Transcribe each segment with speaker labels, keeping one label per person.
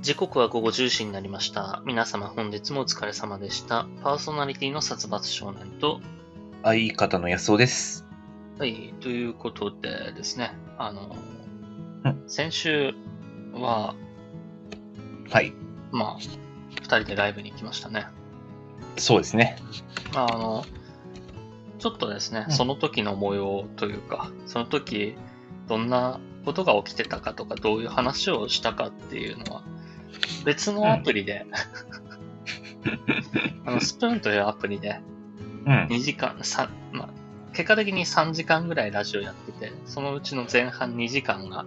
Speaker 1: 時刻は午後10時になりました。皆様本日もお疲れ様でした。パーソナリティの殺伐少年と、
Speaker 2: 相方の安尾です。
Speaker 1: はい、ということでですね、あの
Speaker 2: う、
Speaker 1: 先週は、
Speaker 2: はい。
Speaker 1: まあ、二人でライブに行きましたね。
Speaker 2: そうですね。
Speaker 1: まあ、あの、ちょっとですね、
Speaker 2: うん
Speaker 1: その時の模様というか、その時、どんなことが起きてたかとか、どういう話をしたかっていうのは、別のアプリ で、あの、スプーンというアプリで、
Speaker 2: うん。
Speaker 1: 2時間、3、まあ、結果的に3時間ぐらいラジオやってて、そのうちの前半2時間が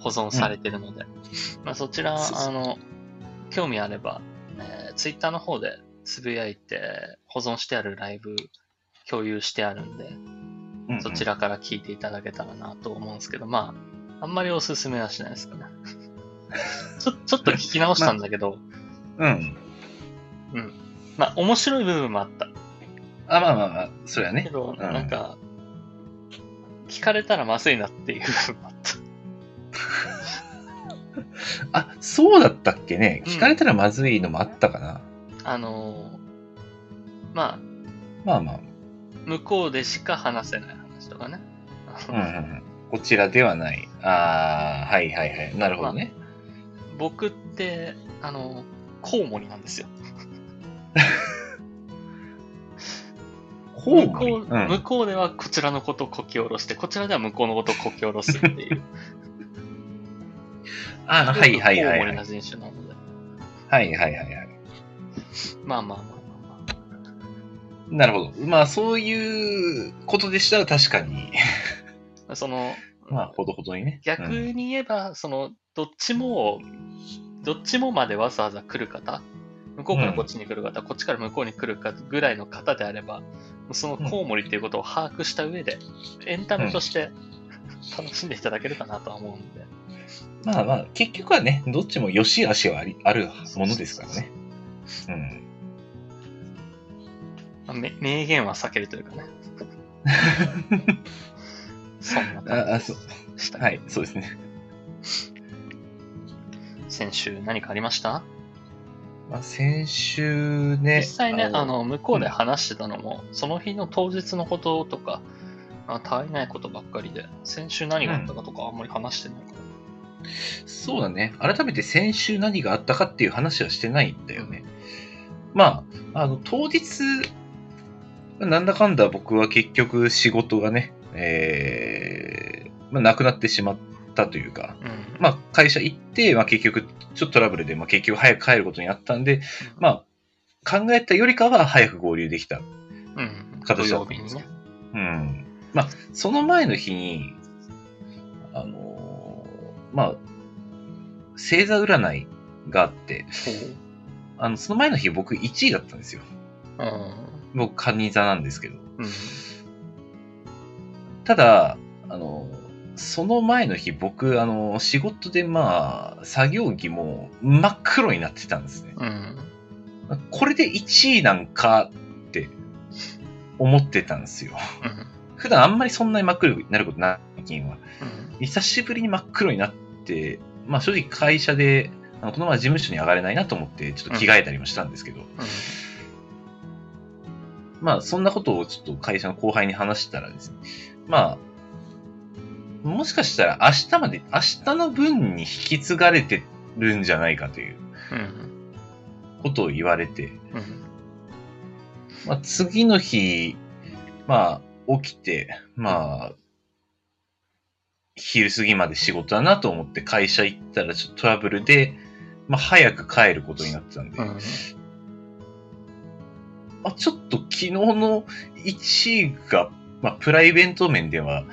Speaker 1: 保存されてるので、まあ、そちら、
Speaker 2: そう
Speaker 1: あ
Speaker 2: そう
Speaker 1: の、興味あれば、えー、ツイッターの方でつぶやいて、保存してあるライブ共有してあるんで、
Speaker 2: うん
Speaker 1: そち。らから聞いていただけたらなと思うんですけど、まあ、あんまりおすすめはしないで すかね。ちょちょっと聞き直したんだけど、
Speaker 2: うん。
Speaker 1: まあ、面白い部分もあった。
Speaker 2: あ、まあまあまあ、それは
Speaker 1: け
Speaker 2: ね。
Speaker 1: ど、
Speaker 2: ん
Speaker 1: なんか、聞かれたらまずいなっていう 部分もあった。
Speaker 2: あ、そうだったっけね。
Speaker 1: うん
Speaker 2: 聞かれたらまずいのもあったかな。
Speaker 1: あのーまあ、
Speaker 2: まあまあ。
Speaker 1: 向こうでしか話せない話とかね。
Speaker 2: うんうんうん。こちらではない。ああ、はいはいはい。なるほどね。
Speaker 1: 僕って、あのーコウモリなんですよ。
Speaker 2: ほう
Speaker 1: 向
Speaker 2: もり
Speaker 1: こう、
Speaker 2: うん。
Speaker 1: 向こうではこちらのことをこき下ろして、こちらでは向こうのことをこき下ろすっていう。
Speaker 2: あー はいはいは
Speaker 1: コウ
Speaker 2: い
Speaker 1: モ
Speaker 2: は
Speaker 1: リ
Speaker 2: い。
Speaker 1: な人種なので。
Speaker 2: はいはいはいはい。
Speaker 1: まあまあまあまあまあ。
Speaker 2: なるほど。まあ、そういうことでしたら確かに。
Speaker 1: その、
Speaker 2: まあ、ほどほどにね。
Speaker 1: 逆
Speaker 2: うん
Speaker 1: に言えば、その、どっちも、どっちもまでわざわざ来る方、向こうからこっちに来る方、こっちから向こうに来る方ぐらいの方であれば、そのコウモリっていうことを把握した上で、エンタメとして楽しんでいただけるかなとは思うんで。
Speaker 2: まあまあ、結局はね、どっちも良し悪しはありあるものですからね。うん。
Speaker 1: まあめ名言は避けるという かね。そんな
Speaker 2: あ
Speaker 1: 感
Speaker 2: あ
Speaker 1: じ
Speaker 2: そう
Speaker 1: でした。
Speaker 2: はい、そうですね。
Speaker 1: 先週何かありました
Speaker 2: まあ、先週ね。
Speaker 1: 実際ね、あ、の、向こうで話してたのも、その日の当日のこととか、あ足りないことばっかりで、先週何があったかとかあんまり話してないから。
Speaker 2: そうだね。改めて先週何があったかっていう話はしてないんだよね。まあ、あの、当日、なんだかんだ僕は結局仕事がね、えー、まあ、なくなってしまったというか、
Speaker 1: うん。
Speaker 2: まあ、会社行って、まあ、結局、ちょっとトラブルで、まあ、結局早く帰ることになったんで、まあ、考えたよりかは早く合流できた
Speaker 1: あ、うん。土
Speaker 2: 形だ
Speaker 1: 曜
Speaker 2: った
Speaker 1: 日
Speaker 2: んで
Speaker 1: に
Speaker 2: す
Speaker 1: ね
Speaker 2: よ。うんまあ、その前の日に、あのーまあ、星座占いがあって、あの、その前の日僕1位だったんですよ。
Speaker 1: うん。
Speaker 2: 僕、カニ座なんですけど。
Speaker 1: うん。
Speaker 2: ただ、あのーその前の日僕、あのー仕事でまあ、作業着も真っ黒になってたんですね。
Speaker 1: うん。
Speaker 2: これで1位なんかって思ってたんですよ。
Speaker 1: うん。
Speaker 2: 普段あんまりそんなに真っ黒になることない、最近は。
Speaker 1: うん。
Speaker 2: 久しぶりに真っ黒になって、まあ、正直会社であのこのまま事務所に上がれないなと思ってちょっと着替えたりもしたんですけど、まあそんなことをちょっと会社の後輩に話したらですねまあもしかしたら明日まで明日の分に引き継がれてるんじゃないかという
Speaker 1: うん。
Speaker 2: ことを言われて、
Speaker 1: うん。
Speaker 2: まあ、次の日まあ起きてまあ昼過ぎまで仕事だなと思って会社行ったらちょっとトラブルで、まあ、早く帰ることになってたんで、
Speaker 1: うん。
Speaker 2: あ、ちょっと昨日の1位が、まあ、プライベート面では、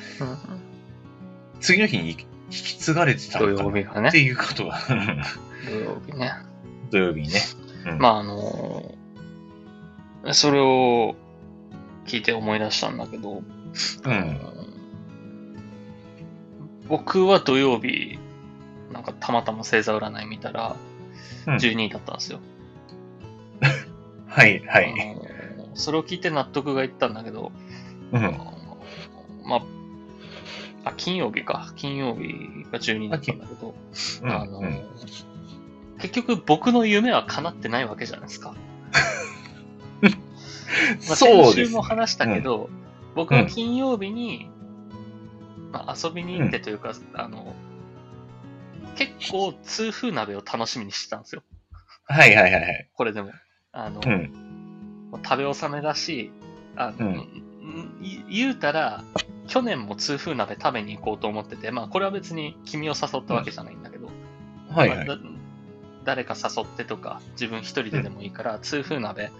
Speaker 2: 次の日に引き継がれてた
Speaker 1: 土
Speaker 2: のか
Speaker 1: 曜
Speaker 2: な
Speaker 1: 日が
Speaker 2: って
Speaker 1: ね。
Speaker 2: いうことが、
Speaker 1: 土曜日ね。
Speaker 2: 土曜日にね。うん
Speaker 1: まあ、あのーそれを聞いて思い出したんだけど、
Speaker 2: うん。
Speaker 1: 僕は土曜日、なんかたまたま星座占い見たら、
Speaker 2: うん
Speaker 1: 12位だったんですよ。
Speaker 2: はい、はい。
Speaker 1: あのそれを聞いて納得がいったんだけど、
Speaker 2: う
Speaker 1: あ
Speaker 2: ん。
Speaker 1: のまあ、あ、金曜日か。金曜日が12位だったんだけど、
Speaker 2: うん
Speaker 1: あの
Speaker 2: うん
Speaker 1: 結局僕の夢は叶ってないわけじゃないですか。まあ、
Speaker 2: そ
Speaker 1: 先
Speaker 2: うで
Speaker 1: 週
Speaker 2: す
Speaker 1: も。話したけど、僕は金曜日に、まあ、遊びに行ってというか、あの結構痛風鍋を楽しみにしてたんですよ、
Speaker 2: はいはいはいはい。
Speaker 1: これでも。あの
Speaker 2: うん。
Speaker 1: もう食べ納めだし、あの
Speaker 2: うん
Speaker 1: んい言うたら、去年も痛風鍋食べに行こうと思ってて、まあ、これは別に君を誘ったわけじゃないんだけど、
Speaker 2: はいはい
Speaker 1: まあだ誰か誘ってとか、自分一人ででもいいから、痛風鍋、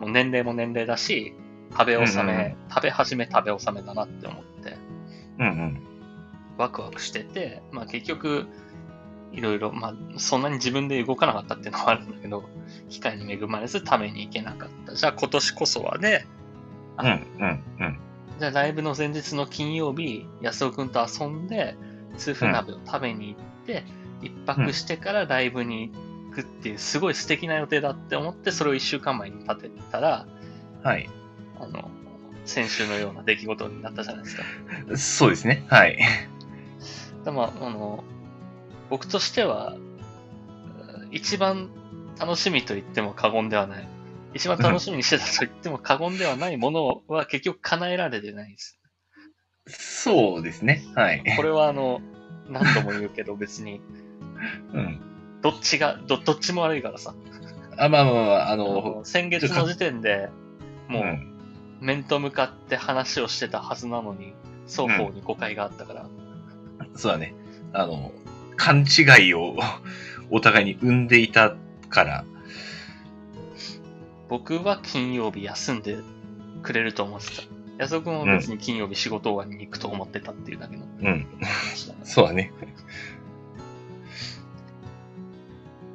Speaker 1: もう年齢も年齢だし、食べ納
Speaker 2: うんうん
Speaker 1: め、食べ始め食べ納めだなって思って、
Speaker 2: うんうん。
Speaker 1: ワクワクしてて、まあ、結局、いろいろ、まあ、そんなに自分で動かなかったっていうのはあるんだけど、機会に恵まれず食べに行けなかった。じゃあ今年こそはね、
Speaker 2: うんうんうん。
Speaker 1: じゃあライブの前日の金曜日、安尾くんと遊んで、痛風鍋を食べに行って、一泊してからライブに行くっていう、すごい素敵な予定だって思って、それを一週間前に立てたら、
Speaker 2: はい。
Speaker 1: あの、先週のような出来事になったじゃないですか。
Speaker 2: そうですね。はい。
Speaker 1: でも、あの、僕としては、一番楽しみと言っても過言ではない。一番楽しみにしてたと言っても過言ではないものは結局叶えられてないんです。
Speaker 2: そうですね。はい。
Speaker 1: これはあの、何度も言うけど別に、
Speaker 2: うん。
Speaker 1: どっちが、どどっちも悪いからさ。
Speaker 2: あ、まあまあまあ、あ
Speaker 1: あの
Speaker 2: の、
Speaker 1: 先月の時点でも
Speaker 2: う
Speaker 1: うん面と向かって話をしてたはずなのに、双方に誤解があったから、
Speaker 2: そうだね。あの、勘違いを お互いに生んでいたから。
Speaker 1: 僕は金曜日休んでくれると思ってた。安尾君は別に金曜日仕事終わりに行くと思ってたっていうだけの
Speaker 2: うん。
Speaker 1: 話だから、
Speaker 2: そうだね。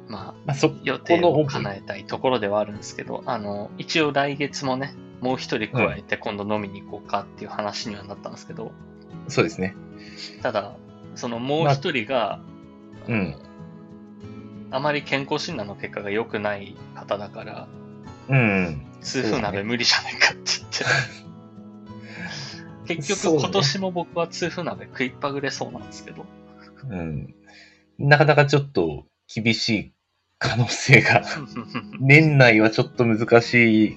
Speaker 1: まあ、
Speaker 2: まあ、そ、
Speaker 1: 予定を叶えたいところではあるんですけど、あの、一応来月もね、もう一人加えて今度飲みに行こうかっていう話にはなったんですけど、
Speaker 2: そうですね。
Speaker 1: ただ、そのもう一人が、
Speaker 2: まうん
Speaker 1: あまり健康診断の結果が良くない方だから、
Speaker 2: うん。
Speaker 1: 痛風鍋無理じゃないかって言って。結
Speaker 2: そう
Speaker 1: 局
Speaker 2: ね
Speaker 1: 今年も僕は痛風鍋食いっぱぐれそうなんですけど、
Speaker 2: うん。なかなかちょっと厳しい可能性が、 年内はちょっと難しい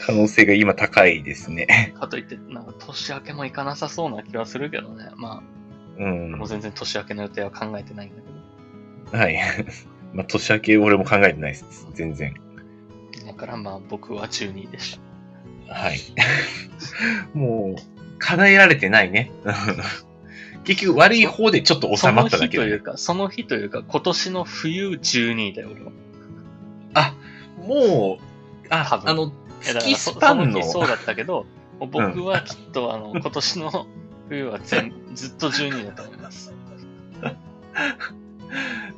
Speaker 2: 可能性が今高いですね。
Speaker 1: かといって、なんか年明けもいかなさそうな気はするけどね。ま
Speaker 2: う
Speaker 1: あ、
Speaker 2: ん
Speaker 1: もう。全然年明けの予定は考えてないんだ
Speaker 2: はい。 まあ、年明け俺も考えてないです。全然。
Speaker 1: けど。だからまあ僕は中2でした。
Speaker 2: はい。 もう、叶えられてないね。 結局悪い方でちょっと収
Speaker 1: そ
Speaker 2: ま
Speaker 1: の
Speaker 2: っただ
Speaker 1: 日
Speaker 2: け
Speaker 1: と
Speaker 2: だ
Speaker 1: い
Speaker 2: ね
Speaker 1: うか、その日というか今年の冬12だよ、俺は。
Speaker 2: あ、もう、
Speaker 1: 多
Speaker 2: あ、
Speaker 1: 分
Speaker 2: あの、
Speaker 1: いやだか
Speaker 2: 月
Speaker 1: らそ
Speaker 2: スパン
Speaker 1: その
Speaker 2: の、
Speaker 1: 時そうだったけど、もう僕はきっとあの今年の冬は全ずっと12だと思います。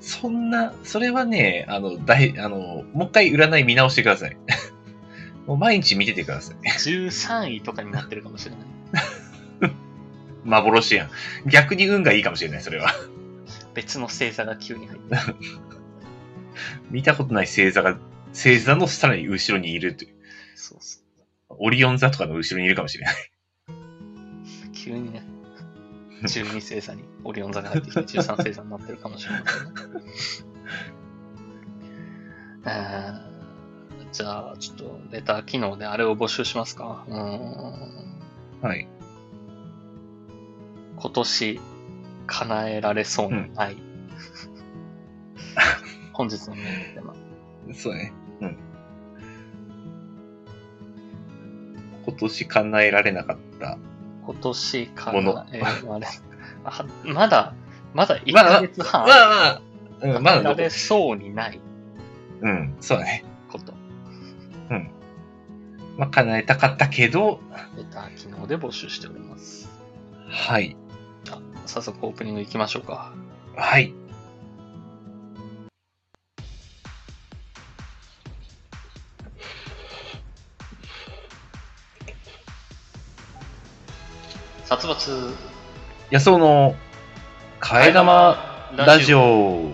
Speaker 2: そんな、それはね、あの、大、あの、もう一回占い見直してください。 もう毎日見ててください。
Speaker 1: 13位とかになってるかもしれない。
Speaker 2: 幻やん。逆に運がいいかもしれない、それは。
Speaker 1: 別の星座が急に入ってる。
Speaker 2: 見たことない星座が、星座のさらに後ろにいるという。
Speaker 1: そうそ
Speaker 2: オリオン座とかの後ろにいるかもしれない。
Speaker 1: う。急にね、12星座にオリオン座が入ってきて13星座になってるかもしれない、ね。あーじゃあ、ちょっとレター機能であれを募集しますか。うーん
Speaker 2: はい。
Speaker 1: 今年叶えられそうな愛、本日のメールテーマ
Speaker 2: そうね。うん。今年叶えられなかった。
Speaker 1: 今年
Speaker 2: もの
Speaker 1: 叶えられあまだまだ1
Speaker 2: まだ
Speaker 1: ヶ月
Speaker 2: ま
Speaker 1: 半
Speaker 2: あまあ、うん、ま
Speaker 1: 叶えら
Speaker 2: だ残
Speaker 1: れそうにない
Speaker 2: うん、そうだね。
Speaker 1: こと
Speaker 2: まあ、叶えたかったけど、
Speaker 1: レター機能で募集しております
Speaker 2: はい。
Speaker 1: 早速オープニングいきましょうか
Speaker 2: はい。
Speaker 1: 殺伐
Speaker 2: 安尾の替え玉ラジオ。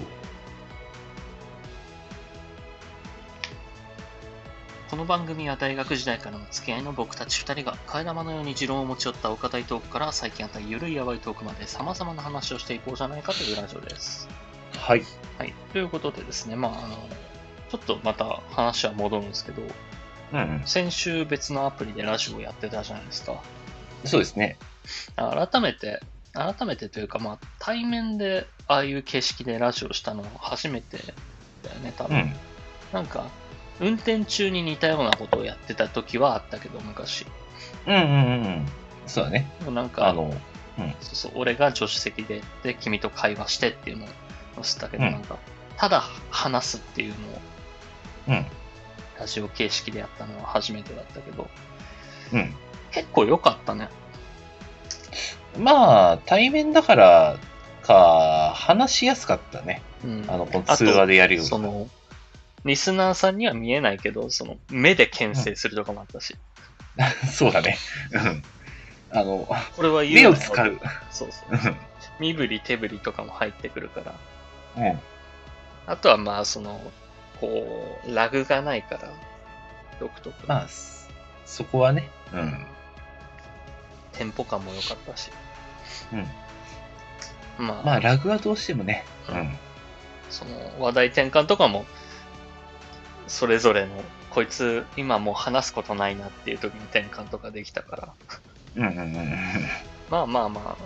Speaker 1: この番組は大学時代からの付き合いの僕たち2人が替え玉のように持論を持ち寄ったお堅いトークから最近あったゆるいやばいトークまで様々な話をしていこうじゃないかというラジオです
Speaker 2: はい。
Speaker 1: はい、ということでですね、まあ、あのちょっとまた話は戻るんですけど、
Speaker 2: うんうん。
Speaker 1: 先週別のアプリでラジオやってたじゃないですか。
Speaker 2: そうですね。
Speaker 1: 改めて、改めてというか、まあ、対面でああいう形式でラジオしたのは初めてだよね、多
Speaker 2: う
Speaker 1: 分。
Speaker 2: ん。
Speaker 1: なんか、運転中に似たようなことをやってた時はあったけど、昔。
Speaker 2: うんうんうんうん。そうだね。
Speaker 1: でもなんか、
Speaker 2: あの、
Speaker 1: そうそう俺が助手席でで君と会話してっていうのを知ったけど、
Speaker 2: うん
Speaker 1: なんかただ話すっていうのを
Speaker 2: うん。
Speaker 1: ラジオ形式でやったのは初めてだったけど
Speaker 2: うん。
Speaker 1: 結構良かったね
Speaker 2: まあ、対面だからか、話しやすかったね。
Speaker 1: うん
Speaker 2: あの、この
Speaker 1: あと
Speaker 2: 通話でやるよ
Speaker 1: そう
Speaker 2: に。
Speaker 1: のリスナーさんには見えないけどその目で牽制するとかもあったし、
Speaker 2: そうだね。うん。あの、
Speaker 1: これは言うな
Speaker 2: 目
Speaker 1: よ
Speaker 2: を使う。
Speaker 1: そうそう
Speaker 2: うん
Speaker 1: 身振り手振りとかも入ってくるから
Speaker 2: うん。
Speaker 1: あとはまあそのこうラグがないから独特
Speaker 2: ま
Speaker 1: な
Speaker 2: あ、そそこはね。うん。
Speaker 1: テンポ感も良かったし、
Speaker 2: うん
Speaker 1: まあ、
Speaker 2: まあ、ラグはどうしてもね。うん。
Speaker 1: その話題転換とかもそれぞれのこいつ今もう話すことないなっていう時に転換とかできたから
Speaker 2: うんうんうんうん。
Speaker 1: まあまあま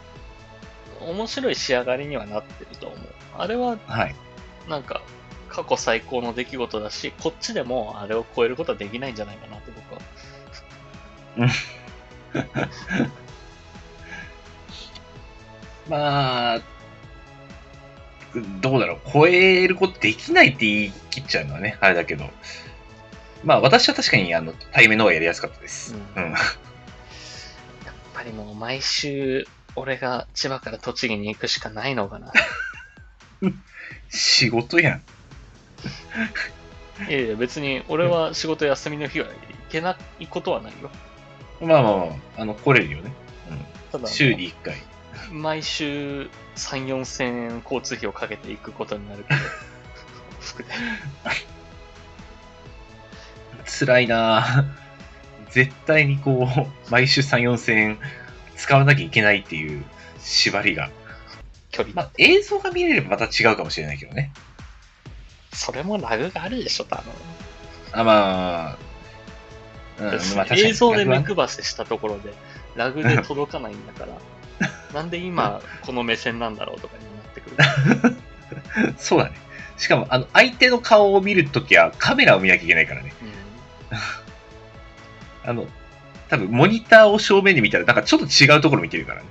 Speaker 1: あ面白い仕上がりにはなってると思うあれは
Speaker 2: はい。
Speaker 1: なんか過去最高の出来事だしこっちでもあれを超えることはできないんじゃないかなって僕は
Speaker 2: まあ、どうだろう、超えることできないって言い切っちゃうのはね、あれだけど、まあ私は確かにあの対面の方がやりやすかったです。
Speaker 1: う
Speaker 2: うんん。
Speaker 1: やっぱりもう毎週俺が千葉から栃木に行くしかないのかな
Speaker 2: 仕事やん。
Speaker 1: いやいや別に俺は仕事休みの日は行けないことはないよ
Speaker 2: まあまあまあ、あの、来れるよね。
Speaker 1: た
Speaker 2: うん。
Speaker 1: だ
Speaker 2: 週に1回。
Speaker 1: 毎週3、4千円交通費をかけていくことになるけど、服で
Speaker 2: 辛いなぁ絶対にこう、毎週3、4千円使わなきゃいけないっていう縛りが。
Speaker 1: 距離
Speaker 2: ま
Speaker 1: だ
Speaker 2: あ映像が見れればまた違うかもしれないけどね。
Speaker 1: それもラグがあるでしょ、多分。
Speaker 2: あ、まあ、うん、まあ確かに
Speaker 1: 映像で目
Speaker 2: 楽
Speaker 1: 配せしたところで、ラグで届かないんだから、なんで今この目線なんだろうとかになってく る。
Speaker 2: そうだね。しかも、あの、相手の顔を見るときはカメラを見なきゃいけないからね。
Speaker 1: うん
Speaker 2: あの、多分モニターを正面に見たら、なんかちょっと違うところ見てるからね。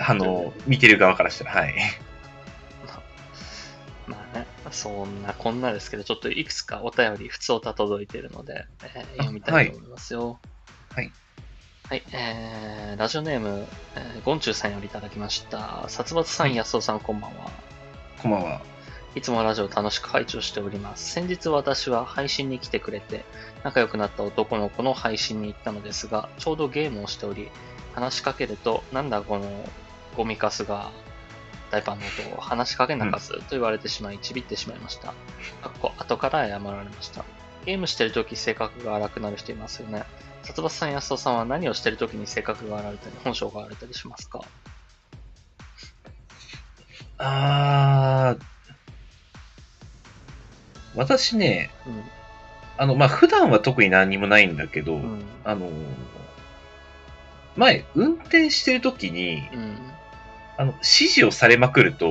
Speaker 2: あの、見てる側からしたら、はい。
Speaker 1: まあね、そんなこんなですけど、ちょっといくつかお便り、普通た届いてるので、えー
Speaker 2: あ
Speaker 1: 読みたいと思いますよ。
Speaker 2: はい。
Speaker 1: はい、えー、ラジオネーム、えーゴンチュウさんよりいただきました。殺伐さん、安尾さん、こんばんは。
Speaker 2: こんばんは。
Speaker 1: いつもラジオ楽しく拝聴しております。先日私は配信に来てくれて、仲良くなった男の子の配信に行ったのですが、ちょうどゲームをしており、話しかけると、なんだこのゴミカスが、大パンの音を話しかけなかすと言われてしまい、ちびってしまいました。かっこ後から謝られました。ゲームしてるとき性格が荒くなる人いますよね。殺伐さん、安田さんは何をしてるときに性格が荒れたり、本性が荒れたりしますか
Speaker 2: あー、私ね、
Speaker 1: う
Speaker 2: あの、まあ、普段は特に何にもないんだけど、
Speaker 1: ん。うん。
Speaker 2: あの、前、運転してるときに、
Speaker 1: うん。
Speaker 2: あの、指示をされまくると、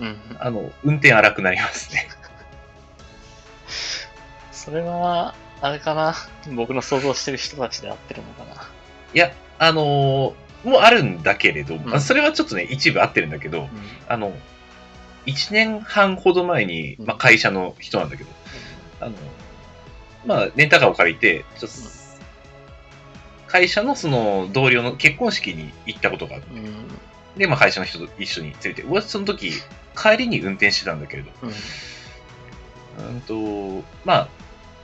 Speaker 1: うん。
Speaker 2: あの、運転荒くなりますね。
Speaker 1: それは、あれかな。僕の想像してる人たちで合ってるのかな。
Speaker 2: いや、あのーもうあるんだけれど、
Speaker 1: ん
Speaker 2: あそれはちょっとね、一部合ってるんだけど、あの、1年半ほど前に、
Speaker 1: うん
Speaker 2: まあ、会社の人なんだけど、あの、まあ、レンタカーを借りて、ちょっと、会社のその同僚の結婚式に行ったことがあって、
Speaker 1: うん。うん。
Speaker 2: で、まあ、会社の人と一緒に連れて、私その時、帰りに運転してたんだけれど、
Speaker 1: うん。
Speaker 2: うんと、まあ、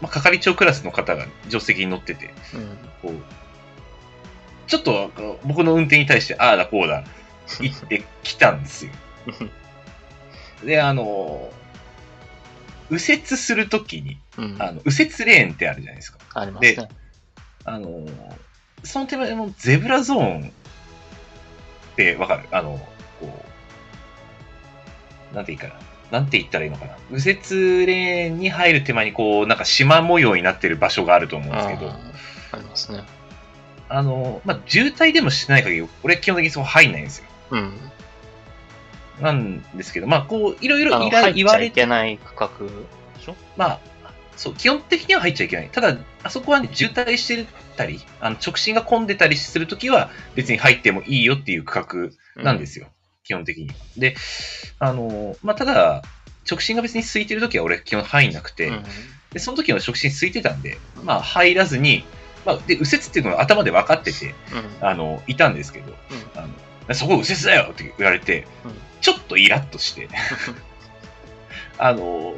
Speaker 2: まあ、係長クラスの方が助手席に乗ってて、こう、ちょっとこう僕の運転に対して、ああだこうだ、言ってきたんですよ。で、あの、右折するときに、
Speaker 1: うん。うん。
Speaker 2: あの、右折レーンってあるじゃないですか。
Speaker 1: ありますね。
Speaker 2: あの、その手前のゼブラゾーンってわかるあの、こう、なんていいかな。なんて言ったらいいのかな。右折レーンに入る手前に、こう、なんか島模様になってる場所があると思うんですけど、
Speaker 1: あーありますね。
Speaker 2: あの、まあ、渋滞でもしてない限り、俺は基本的にそう入んないんですよ。
Speaker 1: うん。
Speaker 2: なんですけど、まあ、こう、いろい
Speaker 1: あ
Speaker 2: ろ
Speaker 1: の
Speaker 2: いら
Speaker 1: 入
Speaker 2: 言
Speaker 1: っち
Speaker 2: わ
Speaker 1: ゃ
Speaker 2: れ
Speaker 1: い
Speaker 2: て、
Speaker 1: けない区画でしょ。
Speaker 2: まあ、そう、基本的には入っちゃいけない。ただ、あそこはね、渋滞してたり、あの直進が混んでたりするときは、別に入ってもいいよっていう区画なんですすよ。基本的には。で、あの、まあ、ただ、直進が別に空いてるときは俺基本入んなくて、
Speaker 1: うん
Speaker 2: で、その時の直進空いてたんで、まあ、入らずに、まあ、で、右折っていうのが頭で分かってて、
Speaker 1: うん
Speaker 2: あの、いたんですけど、
Speaker 1: ん
Speaker 2: あの、そこ右折だよって言われて、
Speaker 1: うん
Speaker 2: ちょっとイラッとして、あの、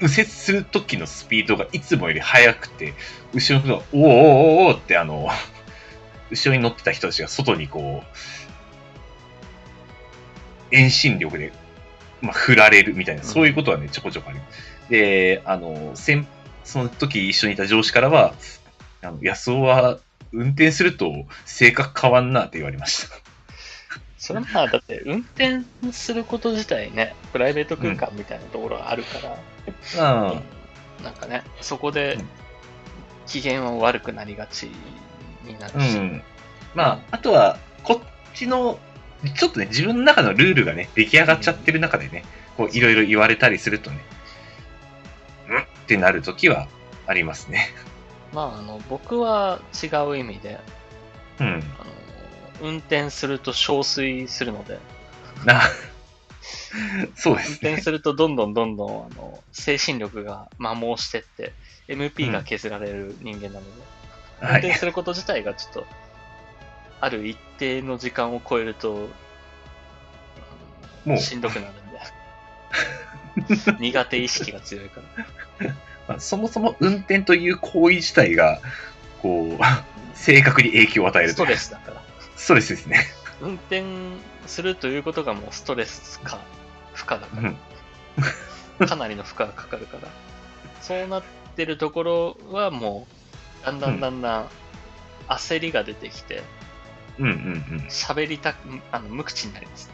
Speaker 2: 右折する時のスピードがいつもより速くて、後ろの人が、おおおおおーって、あの、 後ろに乗ってた人たちが外にこう、遠心力で、まあ、振られるみたいな、
Speaker 1: うん
Speaker 2: そういうことはね、ちょこちょこあります。で、あの、先その時一緒にいた上司からは、あの安尾は運転すると性格変わんなって言われました。
Speaker 1: それもまあだって運転すること自体ねプライベート空間みたいなところがあるから、
Speaker 2: うん。
Speaker 1: なんかねそこで
Speaker 2: うん
Speaker 1: 機嫌は悪くなりがちになる
Speaker 2: う
Speaker 1: し、
Speaker 2: ん。まあ、あとは、こっちの、ちょっとね、自分の中のルールがね、出来上がっちゃってる中でね、こう、いろいろ言われたりするとね、うんってなるときはありますね。
Speaker 1: まああの僕は違う意味で
Speaker 2: うん。
Speaker 1: あの運転すると憔悴するので
Speaker 2: な、そうで
Speaker 1: 運
Speaker 2: す
Speaker 1: 転
Speaker 2: ね。
Speaker 1: するとどんどんどんどんあの精神力が摩耗してって MP が削られる人間なので、運
Speaker 2: は
Speaker 1: 転
Speaker 2: い。
Speaker 1: すること自体がちょっと、ある一定の時間を超えると、
Speaker 2: もう
Speaker 1: しんどくなるんで。 苦手意識が強いから。
Speaker 2: まあそもそも運転という行為自体が、こう、 正確に影響を与える
Speaker 1: ストレ
Speaker 2: ス。
Speaker 1: スだから。
Speaker 2: ストレスですね。
Speaker 1: 運転するということがもうストレスか、負荷だ
Speaker 2: う
Speaker 1: か
Speaker 2: ん。
Speaker 1: ら、かなりの負荷がかかるから。そうなってるところはもう、だんだんだんだん焦りが出てきて、
Speaker 2: うんうんうん。
Speaker 1: 喋りたく、あの無口になります。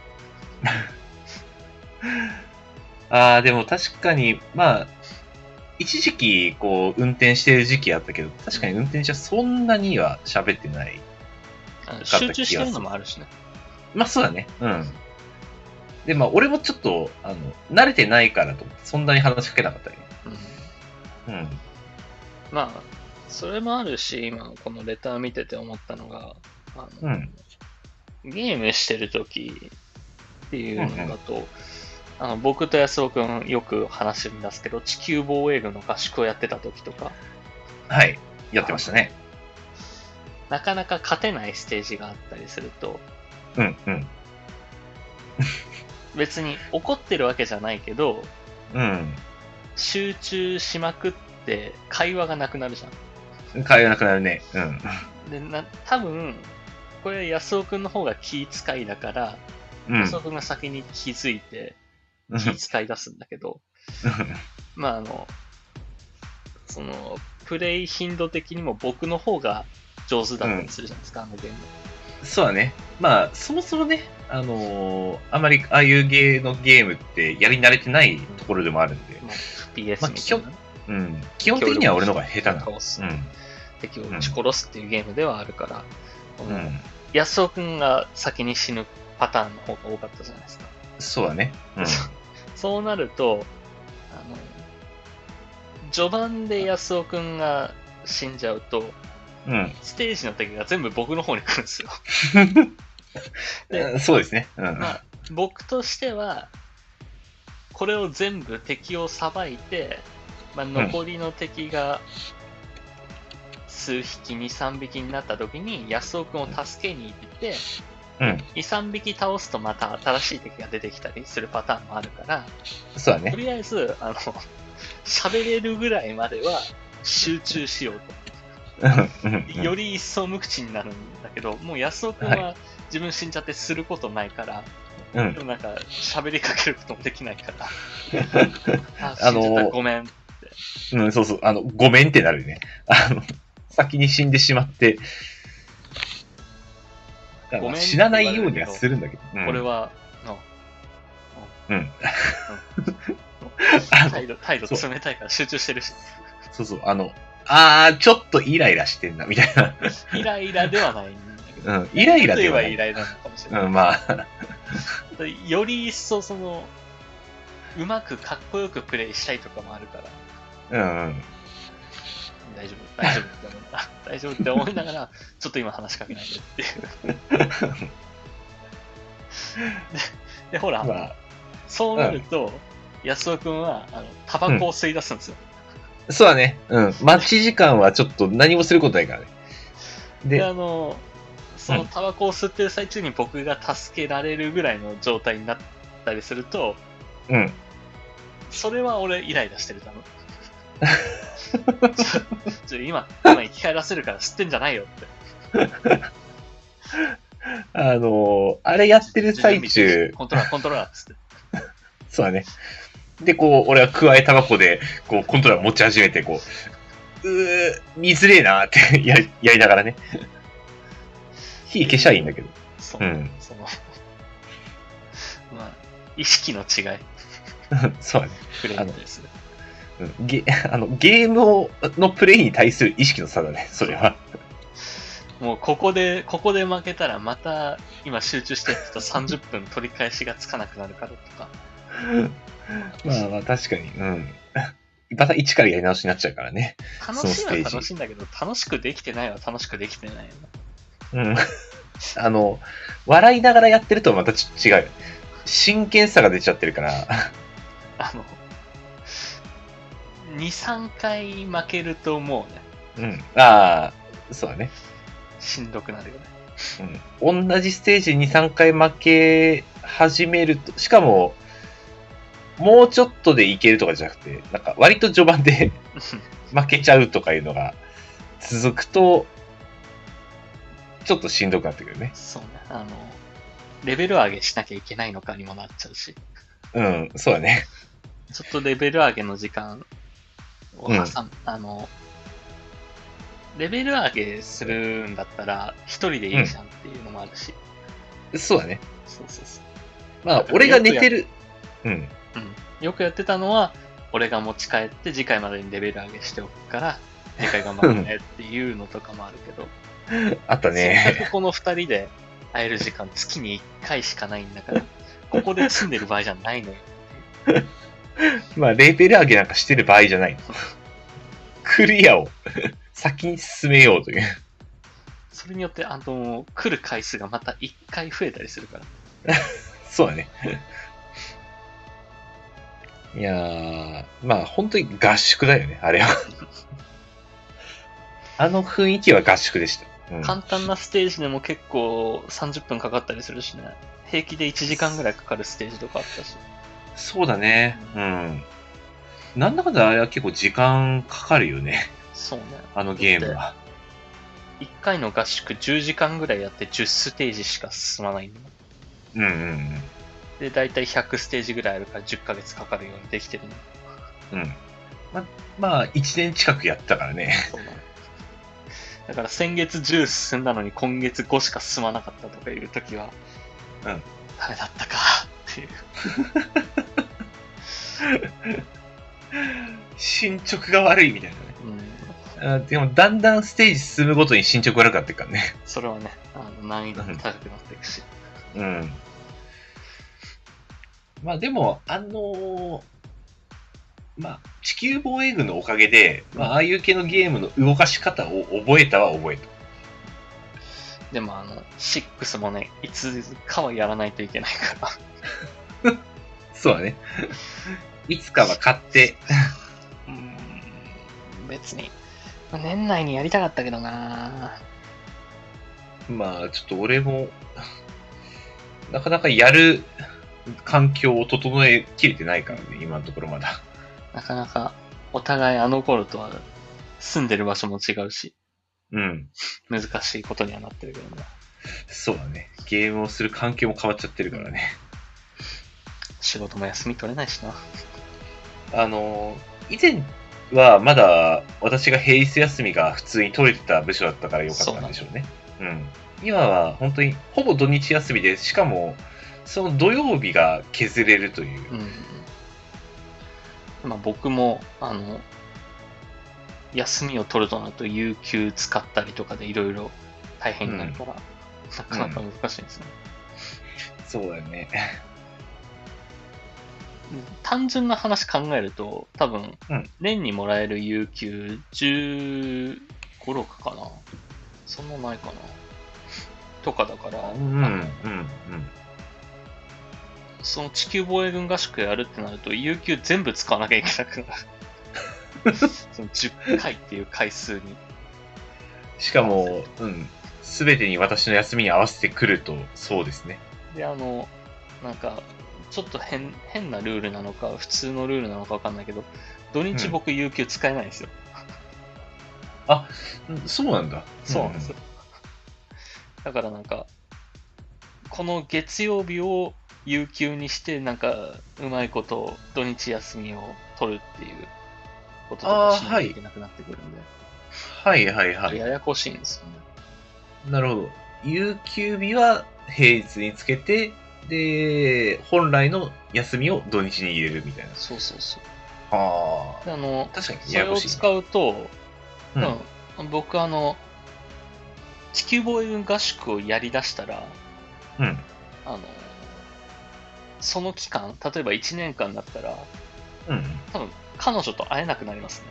Speaker 2: ああ、でも確かに、まあ、一時期、こう、運転してる時期あったけど、確かに運転者そんなには喋ってない。
Speaker 1: あの
Speaker 2: かった気
Speaker 1: 集
Speaker 2: が
Speaker 1: 中してる
Speaker 2: する
Speaker 1: のもあるしね。
Speaker 2: まあ、そうだね。うん。で、まあ、俺もちょっと、あの、慣れてないからと思って、そんなに話しかけなかったね。
Speaker 1: うん
Speaker 2: うん。
Speaker 1: まあ、それもあるし、今のこのレター見てて思ったのが、あの
Speaker 2: うん
Speaker 1: ゲームしてるときっていうのだと、あの僕と安尾くんよく話してるんですけど、地球防衛軍の合宿をやってたときとか、
Speaker 2: はい。やってましたね。
Speaker 1: なかなか勝てないステージがあったりすると、
Speaker 2: うん、うん。
Speaker 1: 別に怒ってるわけじゃないけど、
Speaker 2: う
Speaker 1: 集中しまくって会話がなくなるじゃん。
Speaker 2: ん。会話なくなるね。うん。
Speaker 1: で、な多分、これ安尾くんの方が気遣いだから、
Speaker 2: うん。
Speaker 1: 安尾くんが先に気づいて、
Speaker 2: うん
Speaker 1: 気使い出すんだけど、まああの、その、プレイ頻度的にも僕の方が上手だったりするじゃないですか、あのゲーム。
Speaker 2: そうだね。まあ、そもそもね、あのーあまり、ああいう芸のゲームって、やり慣れてないところでもあるんで。
Speaker 1: まあ、
Speaker 2: まあ
Speaker 1: PS みたいな。
Speaker 2: うん。基本的には俺の方が下手な
Speaker 1: 倒
Speaker 2: の。
Speaker 1: す
Speaker 2: う、ん。
Speaker 1: 敵を撃ち殺すっていうゲームではあるから、こ
Speaker 2: う
Speaker 1: の
Speaker 2: ん。
Speaker 1: 安尾くんが先に死ぬパターンの方が多かったじゃないですか。
Speaker 2: そうだね。うん。
Speaker 1: そうなると、あの、序盤で安尾くんが死んじゃうと、
Speaker 2: うん
Speaker 1: ステージの敵が全部僕の方に来るんですよ。 で
Speaker 2: うん。そうですね。うん。
Speaker 1: まあ、僕としては、これを全部敵をさばいて、まあ、残りの敵が数匹、2、3匹になった時に、安尾くんを助けに行って、
Speaker 2: うん。
Speaker 1: 2、3匹倒すとまた新しい敵が出てきたりするパターンもあるから、
Speaker 2: そうだ
Speaker 1: と
Speaker 2: ね。
Speaker 1: りあえず、あの、 喋れるぐらいまでは集中しよう
Speaker 2: うん
Speaker 1: と。より一層無口になるんだけど、もう安尾くん
Speaker 2: は
Speaker 1: は自分死んじゃってすることないから、
Speaker 2: うんうん
Speaker 1: でもなんか喋りかけることもできない から。あ
Speaker 2: あのー
Speaker 1: 死んじゃったごめん。
Speaker 2: うん。そうそう。あの、ごめんってなるね。あの、先に死んでしまって。だから
Speaker 1: ごめんって言われるけど
Speaker 2: 死なないようにはするんだけど。うん
Speaker 1: 俺は、ああ
Speaker 2: うん。あの
Speaker 1: 態度、態度
Speaker 2: そう
Speaker 1: 冷たいから集中してるし、
Speaker 2: そうそう、あの、あー、ちょっとイライラしてんな、みたいな。
Speaker 1: イライラではないんだけど。
Speaker 2: うん、イライラではな
Speaker 1: 例えばイ
Speaker 2: い。
Speaker 1: ライラなのかもしれない。
Speaker 2: うん、まあ、
Speaker 1: より一層そのうまくかっこよくプレイしたいとかもあるから
Speaker 2: うん、うん。
Speaker 1: 大丈夫大丈夫って思った 大丈夫って思いながらちょっと今話しかけないでっていう ででほら、
Speaker 2: まあ、
Speaker 1: そうなると、安尾君はあのタバコを吸い出すんですよ、
Speaker 2: そうだね。うん。待ち時間はちょっと何もすることないからね。
Speaker 1: で
Speaker 2: で、
Speaker 1: あのそのタバコを吸ってる最中に僕が助けられるぐらいの状態になったりすると
Speaker 2: うん。
Speaker 1: それは俺イライラしてるだ ろちょちょ今今生き返らせるから吸ってんじゃないよって
Speaker 2: あのーあれやってる最中、
Speaker 1: コントローラー、コントローラーっつって。
Speaker 2: そうだね。で、こう、俺は加えタバコで、こう、コントローラー持ち始めて、こう、うー、見づれえなーって やりやりながらね。火消しゃいいんだけど。
Speaker 1: そうの
Speaker 2: ん。
Speaker 1: その、 まあ、意識の違い、
Speaker 2: そうだね。
Speaker 1: フレームでする。
Speaker 2: うん、ゲ あのゲームをのプレイに対する意識の差だね、それは。
Speaker 1: もうここで、ここで負けたらまた今集中してやってた30分取り返しがつかなくなるからとか、
Speaker 2: まあまあ、確かに。うん。 また一からやり直しになっちゃうからね。
Speaker 1: 楽しい
Speaker 2: そうステ
Speaker 1: の
Speaker 2: ージ
Speaker 1: は楽しいんだけど、楽しくできてないは楽しくできてないよな
Speaker 2: うん。あの、笑いながらやってるとまたち違う。真剣さが出ちゃってるから。
Speaker 1: あの、2、3回負けるともうね、
Speaker 2: うん。ああ、そうだね。
Speaker 1: しんどくなるよね。
Speaker 2: うん、同じステージ2、3回負け始めると、しかも、もうちょっとでいけるとかじゃなくて、なんか割と序盤で 負けちゃうとかいうのが続くと、ちょっとしんどくなってくるね。
Speaker 1: そうね、あの、レベル上げしなきゃいけないのかにもなっちゃうし。
Speaker 2: うん、そうだね。
Speaker 1: ちょっとレベル上げの時間を挟む、あの、レベル上げするんだったら、一人でいいじゃんっていうのもあるし、
Speaker 2: そうだね。
Speaker 1: そうそうそ
Speaker 2: まあ、俺が寝てる。うん。
Speaker 1: う。うん。よくやってたのは、俺が持ち帰って次回までにレベル上げしておくから、次回頑張るねっていうのとかもあるけど、
Speaker 2: あっ
Speaker 1: せっ
Speaker 2: たね。
Speaker 1: かくこの二人で会える時間月に一回しかないんだから、ここで住んでる場合じゃないのよ。
Speaker 2: まあ、レベル上げなんかしてる場合じゃないの。クリアを先に進めようという。
Speaker 1: それによって、あの、来る回数がまた一回増えたりするから。
Speaker 2: そうだね。いやー、まあ本当に合宿だよね、あれは。 あの雰囲気は合宿でした。うん
Speaker 1: 簡単なステージでも結構30分かかったりするしね平気で1時間ぐらいかかるステージとかあったし
Speaker 2: そうだね。うん。なんだかんだあれは結構時間かかるよね、
Speaker 1: そうね
Speaker 2: あのゲームは。
Speaker 1: 1回の合宿10時間ぐらいやって10ステージしか進まないんだ
Speaker 2: うんうん
Speaker 1: で大体100ステージぐらいあるから10ヶ月かかるようにできてるの
Speaker 2: うん。うん。ま、まあ、1年近くやったからね。
Speaker 1: そうなのだから先月10進んだのに今月5しか進まなかったとかいう時は
Speaker 2: うん
Speaker 1: ダメだったかっていう
Speaker 2: 進捗が悪いみたいなね
Speaker 1: うん
Speaker 2: あー。でも、だんだんステージ進むごとに進捗悪くなっていくからね。
Speaker 1: それはねあの難易度も高くなっていくし
Speaker 2: うん。まあでも、あのーまあ、地球防衛軍のおかげで、まあ、ああいう系のゲームの動かし方を覚えたは覚えた。
Speaker 1: でもあの、6もね、いつかはやらないといけないから。
Speaker 2: そうだね。 いつかは買って、
Speaker 1: うーん、別に。年内にやりたかったけどな
Speaker 2: まあ、ちょっと俺も、なかなかやる環境を整えきれてないからね、今のところまだ。
Speaker 1: なかなか、お互いあの頃とは、住んでる場所も違うし、
Speaker 2: うん。
Speaker 1: 難しいことにはなってるけどね。
Speaker 2: そうだね。ゲームをする環境も変わっちゃってるからね。
Speaker 1: 仕事も休み取れないしな。
Speaker 2: あの、以前はまだ私が平日休みが普通に取れてた部署だったからよかったんでしょうね。うん。今は本当にほぼ土日休みで、しかもその土曜日が削れるという。
Speaker 1: うんまあ、僕もあの休みを取るとなると有給使ったりとかでいろいろ大変になるから、なかなか難しいですね、
Speaker 2: そうだよね。
Speaker 1: 単純な話考えると多分、
Speaker 2: うん
Speaker 1: 年にもらえる有給1 5 6かなそんなないかなとかだから、
Speaker 2: うん、うん、うん。
Speaker 1: その地球防衛軍合宿やるってなると、有給全部使わなきゃいけなくなる。その10回っていう回数に。
Speaker 2: しかも、うん。すべてに私の休みに合わせてくると、そうですね。
Speaker 1: で、あの、なんか、ちょっと変変なルールなのか、普通のルールなのかわかんないけど、土日僕、有給使えないんですよ。
Speaker 2: うんそうなんだ。
Speaker 1: そうなんですよ。だからなんか、この月曜日を有給にして、なんか、うまいこと土日休みを取るっていうこととかしなきゃいけなくなってくるんで、
Speaker 2: はいはいは
Speaker 1: ややこしいんですよね。
Speaker 2: い。なるほど。有給日は平日につけて、で、本来の休みを土日に入れるみたいな。
Speaker 1: そうそうそう。
Speaker 2: あ
Speaker 1: であの、
Speaker 2: 確かに
Speaker 1: そ
Speaker 2: や
Speaker 1: れ
Speaker 2: や
Speaker 1: を
Speaker 2: こしいね
Speaker 1: 使うと、
Speaker 2: あ。うん。
Speaker 1: うん僕あの、地球防衛軍合宿をやりだしたら、
Speaker 2: うん。
Speaker 1: あの、その期間、例えば1年間だったら、
Speaker 2: うん。
Speaker 1: 多分彼女と会えなくなります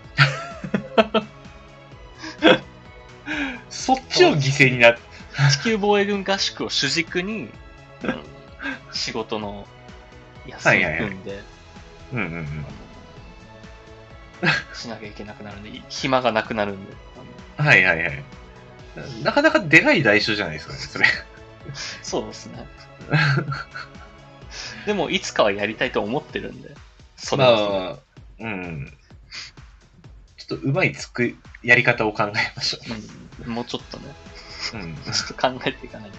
Speaker 1: ね。
Speaker 2: そっちを犠牲になっ
Speaker 1: 地球防衛軍合宿を主軸に、うん仕事の休みを組んで、
Speaker 2: うんうんうん
Speaker 1: あのしなきゃいけなくなるんで、暇がなくなるんで。あの
Speaker 2: はいはいはい。なかなかでかい代償じゃないですか ね、それ。
Speaker 1: そうですね。でも、いつかはやりたいと思ってるんで。それはそれ
Speaker 2: まあ、うん。ちょっとうまいつく、やり方を考えましょ
Speaker 1: うんもうちょっとね、
Speaker 2: う。うん。
Speaker 1: ちょっと考えていかないと。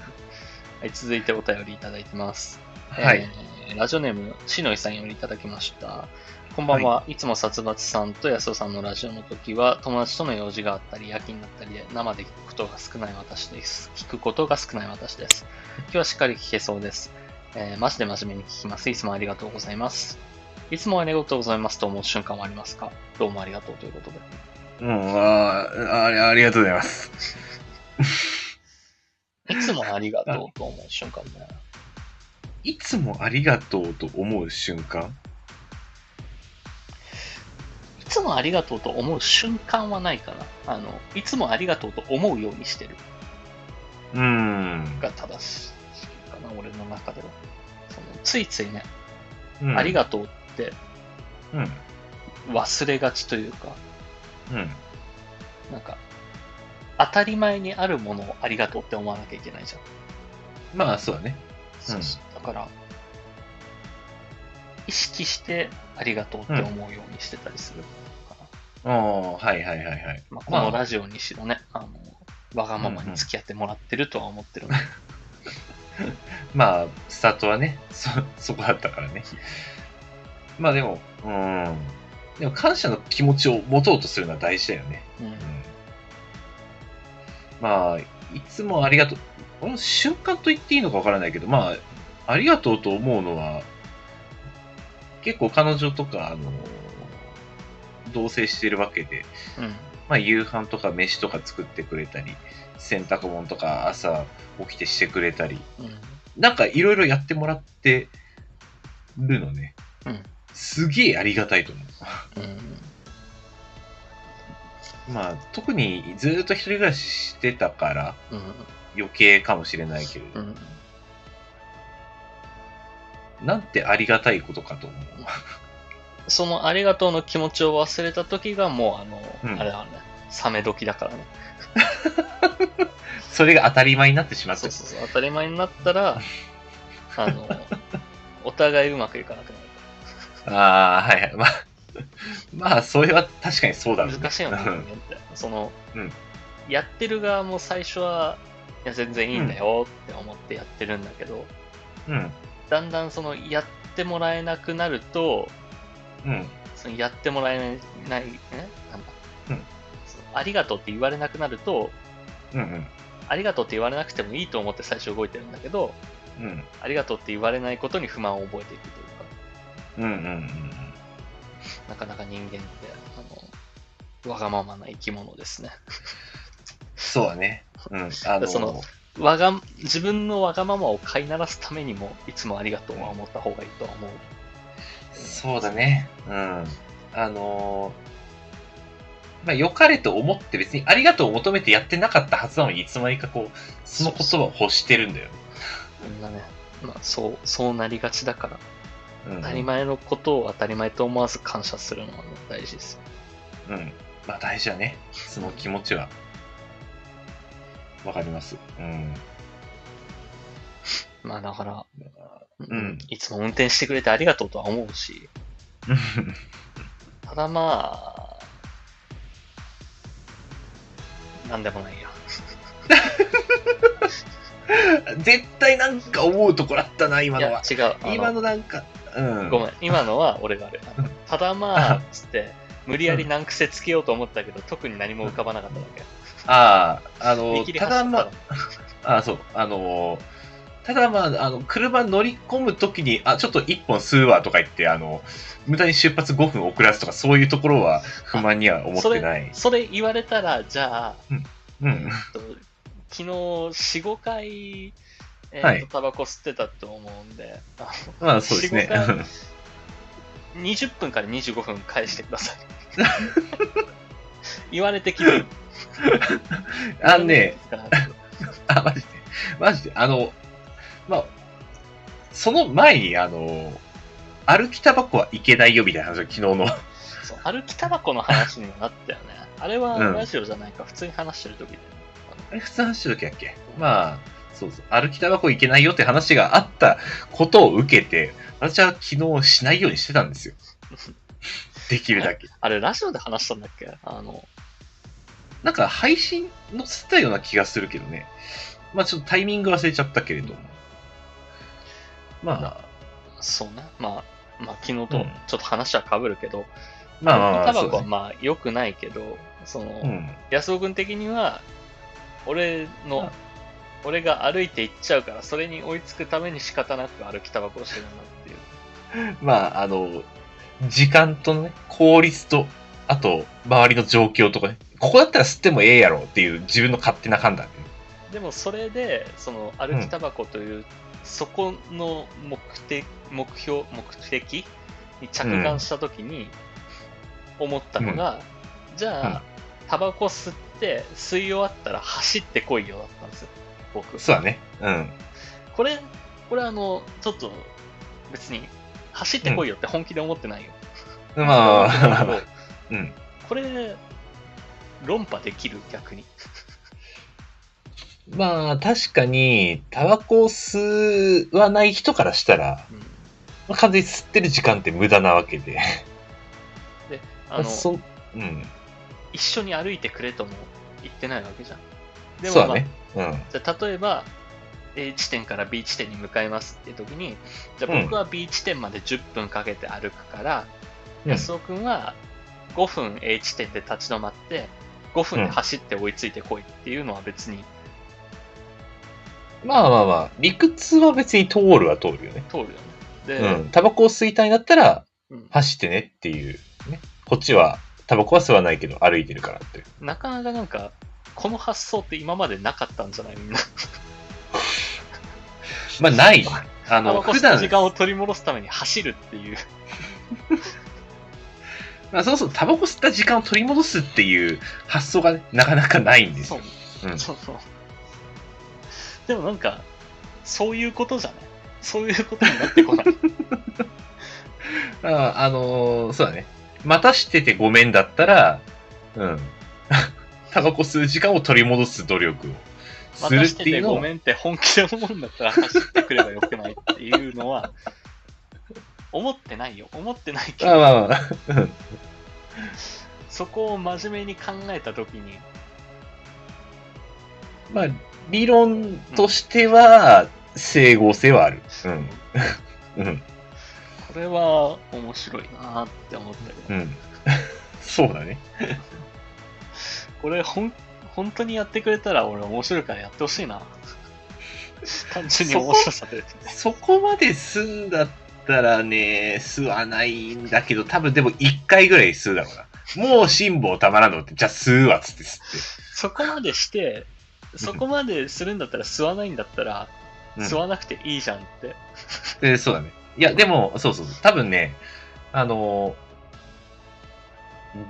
Speaker 1: はい、続いてお便りいただいてます。
Speaker 2: はい。
Speaker 1: えーラジオネーム、しのいさんよりいただきました。こんばんは。い、つも殺伐さんと安尾さんのラジオの時は、友達との用事があったり、夜勤だったりで、生で聞くことが少ない私です。聞くことが少ない私です。今日はしっかり聞けそうです。えーマジで真面目に聞きます。いつもありがとうございます。いつもありがとうございますと思う瞬間はありますかどうもありがとうということで。
Speaker 2: うん、あーあれ、ありがとうございます。
Speaker 1: いつもありがとうと思う瞬間も、
Speaker 2: いつもありがとうと思う瞬間
Speaker 1: いつもありがとうと思う瞬間はないかな。あの、いつもありがとうと思うようにしてる
Speaker 2: うん。
Speaker 1: が正しいかな、俺の中では。そのついついね、
Speaker 2: うん
Speaker 1: ありがとうって
Speaker 2: うん。うん。
Speaker 1: 忘れがちというか、なんか、当たり前にあるものをありがとうって思わなきゃいけないじゃん。
Speaker 2: まあ、そうだね。
Speaker 1: そうそうだから、意識してありがとうって思うようにしてたりするかな。
Speaker 2: ああ、はいはいはいはい。
Speaker 1: まあ、このラジオにしろね、あの、わがままに付き合ってもらってるとは思ってるんで
Speaker 2: まあ、スタートはね、そ、 そこだったからね。まあでも、うん。でも感謝の気持ちを持とうとするのは大事だよね。
Speaker 1: うん
Speaker 2: まあ、いつもありがとう。この瞬間と言っていいのかわからないけど、まあ、ありがとうと思うのは、結構彼女とか、あの、同棲してるわけで、
Speaker 1: うん
Speaker 2: まあ、夕飯とか飯とか作ってくれたり、洗濯物とか朝起きてしてくれたり、
Speaker 1: うん
Speaker 2: なんかいろいろやってもらってるのね。
Speaker 1: うん
Speaker 2: すげえありがたいと思
Speaker 1: うん
Speaker 2: う。まあ、特にずーっと一人暮らししてたから
Speaker 1: うん
Speaker 2: 余計かもしれないけれど、
Speaker 1: うん
Speaker 2: なんてありがたいことかと思う。
Speaker 1: そのありがとうの気持ちを忘れた時がもうあの、
Speaker 2: うん
Speaker 1: あれだね、冷め時だからね。
Speaker 2: それが当たり前になってしまった
Speaker 1: そうそうそう、当たり前になったら、あ の、お互いうまくいかなく
Speaker 2: ああ、はいはい。まあ、 まあ、それは確かにそうだ
Speaker 1: な
Speaker 2: ろう
Speaker 1: る。
Speaker 2: ね
Speaker 1: 難しいよね、人間って。その、
Speaker 2: うん
Speaker 1: やってる側も最初は、いや、全然いいんだよって思ってやってるんだけど、
Speaker 2: うん。
Speaker 1: だんだんその、やってもらえなくなると、
Speaker 2: うん。
Speaker 1: そのやってもらえない、ね、なんだ、
Speaker 2: う
Speaker 1: そ
Speaker 2: ん
Speaker 1: のありがとうって言われなくなると、
Speaker 2: うん。うん。
Speaker 1: ありがとうって言われなくてもいいと思って最初動いてるんだけど、
Speaker 2: うん。
Speaker 1: ありがとうって言われないことに不満を覚えていくというか、
Speaker 2: うんうんうん
Speaker 1: なかなか人間って、あの、わがままな生き物ですね。
Speaker 2: そうだね。うん。あの、
Speaker 1: そのわが、自分のわがままを飼いならすためにも、いつもありがとうは思った方がいいとは思う。
Speaker 2: そうだね。うん。あのーまあ、良かれと思って別にありがとうを求めてやってなかったはずなのに、いつまにかこう、その言葉を欲してるんだよ。
Speaker 1: みんなね、まあ、そう、そうなりがちだから、
Speaker 2: うん、
Speaker 1: 当たり前のことを当たり前と思わず感謝するのはね大事です。
Speaker 2: うん。まあ大事だね。その気持ちは。わかります。 うん。
Speaker 1: まあだから、
Speaker 2: うん
Speaker 1: いつも運転してくれてありがとうとは思うし、ただまあ、なんでもないや。
Speaker 2: 絶対なんか思うところあったな、今
Speaker 1: い
Speaker 2: の
Speaker 1: や
Speaker 2: は。
Speaker 1: 違う。あの
Speaker 2: 今のなんか、うん。
Speaker 1: ごめん、今のは俺がある。あのただま あ、つって、無理やり難癖つけようと思ったけど、特に何も浮かばなかっただけ。
Speaker 2: ああ、あ
Speaker 1: 見
Speaker 2: の、
Speaker 1: 切り
Speaker 2: た
Speaker 1: 発車
Speaker 2: だまあ、あそう、あのー、ただまあ、あの、車乗り込むときに、あ、ちょっと一本吸うわとか言って、あの、無駄に出発5分遅らすとか、そういうところは不満には思ってない。
Speaker 1: それ言われたら、じゃあ、
Speaker 2: うん。
Speaker 1: えっと昨日4、5回、えーと
Speaker 2: はい
Speaker 1: タバコ吸ってたと思うんで、あ
Speaker 2: まあそうですね。
Speaker 1: 4-5回の20分から25分返してくださ い。言われてきて、
Speaker 2: あのね、
Speaker 1: 言われてきたな
Speaker 2: あ、マジで。マジで。あの、まあ、その前に、あの、歩きタバコはいけないよみたいな話を昨日の。
Speaker 1: そう歩きタバコの話にもなったよね。あれは
Speaker 2: うん
Speaker 1: ラジオじゃないか、普通に話してる時で。
Speaker 2: あれ普通の話した時だっけまあ、そうそう。歩きタバコいけないよって話があったことを受けて、私は昨日しないようにしてたんですよ。 できるだけ。
Speaker 1: あれ、ラジオで話したんだっけあの、
Speaker 2: なんか配信載せたような気がするけどね。まあちょっとタイミング忘れちゃったけれども。まあ、
Speaker 1: そうね。まあ、まあ、昨日と
Speaker 2: うん
Speaker 1: ちょっと話は被るけど、
Speaker 2: まあまあまあ、
Speaker 1: タバ
Speaker 2: そう
Speaker 1: コ
Speaker 2: だ
Speaker 1: は
Speaker 2: ね。
Speaker 1: まあ良くないけど、その、
Speaker 2: うん。
Speaker 1: 安尾君的には俺の
Speaker 2: あ
Speaker 1: 俺が歩いて行っちゃうからそれに追いつくために仕方なく歩きタバコをしてるなっていう
Speaker 2: まあ、あの、時間とね、効率と、あと、周りの状況とかね、ここだったら吸ってもええやろっていう自分の勝手な判断ね。
Speaker 1: でもそれでその歩きタバコという、そこの目的目標目的に着眼した時に思ったのが、じゃあ、タバコ吸って吸い終わったら走ってこいよだったんですよ僕
Speaker 2: そうだね。うん。
Speaker 1: これ、これあの、ちょっと、別に、走ってこいよって本気で思ってないよ。
Speaker 2: ま
Speaker 1: だけど
Speaker 2: あ、うん。
Speaker 1: これ、論破できる逆に。
Speaker 2: まあ、確かに、タバコを吸わない人からしたら、
Speaker 1: うん
Speaker 2: まあ完全に吸ってる時間って無駄なわけで。
Speaker 1: あの、
Speaker 2: そうん。
Speaker 1: 一緒に歩いてくれとも言ってないわけじゃん。でも、
Speaker 2: そ
Speaker 1: ま
Speaker 2: うだ
Speaker 1: あ
Speaker 2: ね。うん。
Speaker 1: じゃあ例えば、A 地点から B 地点に向かいますっていう時に、じゃ
Speaker 2: う
Speaker 1: あ
Speaker 2: ん
Speaker 1: 僕は B 地点まで10分かけて歩くから、
Speaker 2: うん
Speaker 1: 安尾君は5分 A 地点で立ち止まって、5分で走って追いついてこいっていうのは別に
Speaker 2: まあまあまあ、理屈は別に通るは通るよね。
Speaker 1: 通るよね。で、
Speaker 2: うん。タバコを吸いたいんだったら、
Speaker 1: うん
Speaker 2: 走ってねっていう、ね。こっちは、タバコは吸わないけど、歩いてるからって。
Speaker 1: なかなかなんか、この発想って今までなかったんじゃないみんな。
Speaker 2: まあ、ない。あ
Speaker 1: タバ
Speaker 2: の、
Speaker 1: コ吸
Speaker 2: 普
Speaker 1: う
Speaker 2: 段
Speaker 1: 時、間を取り戻すために走るっていう。
Speaker 2: まあ、そもそもタバコ吸った時間を取り戻すっていう発想がね、なかなかないんです
Speaker 1: そう
Speaker 2: よ。。うん
Speaker 1: そうそう。でもなんか、そういうことじゃないそういうことになってこ ない。
Speaker 2: ああのーそうだね。待たしててごめんだったら、うん。 タバコ吸う時間を取り戻す努力をする
Speaker 1: 渡
Speaker 2: っ
Speaker 1: して
Speaker 2: てい
Speaker 1: て
Speaker 2: うの
Speaker 1: ご
Speaker 2: を、
Speaker 1: めんって本気で思うんだったら走ってくればよくないっていうのは、思ってないよ。思ってないけ
Speaker 2: まあ
Speaker 1: ど、
Speaker 2: まあまあ、
Speaker 1: そこを真面目に考えたときに、
Speaker 2: まあ、理論としては、整合性はある。うん。うん。
Speaker 1: これは面白いなって思ったけど。
Speaker 2: うん。 そうだね。
Speaker 1: これほん本当にやってくれたら俺面白いからやってほしいな。単純に面白さで。
Speaker 2: そこまで吸うんだったらね、吸わないんだけど、多分でも1回ぐらい吸うだろうな。もう辛抱たまらんのって、じゃあ吸うわっつって吸っ
Speaker 1: そこまでして、そこまでするんだったら吸わないんだったら、
Speaker 2: うん
Speaker 1: 吸わなくていいじゃんって。
Speaker 2: て。で、そうだね。いや、でも、そうそうそう。多分ね、あの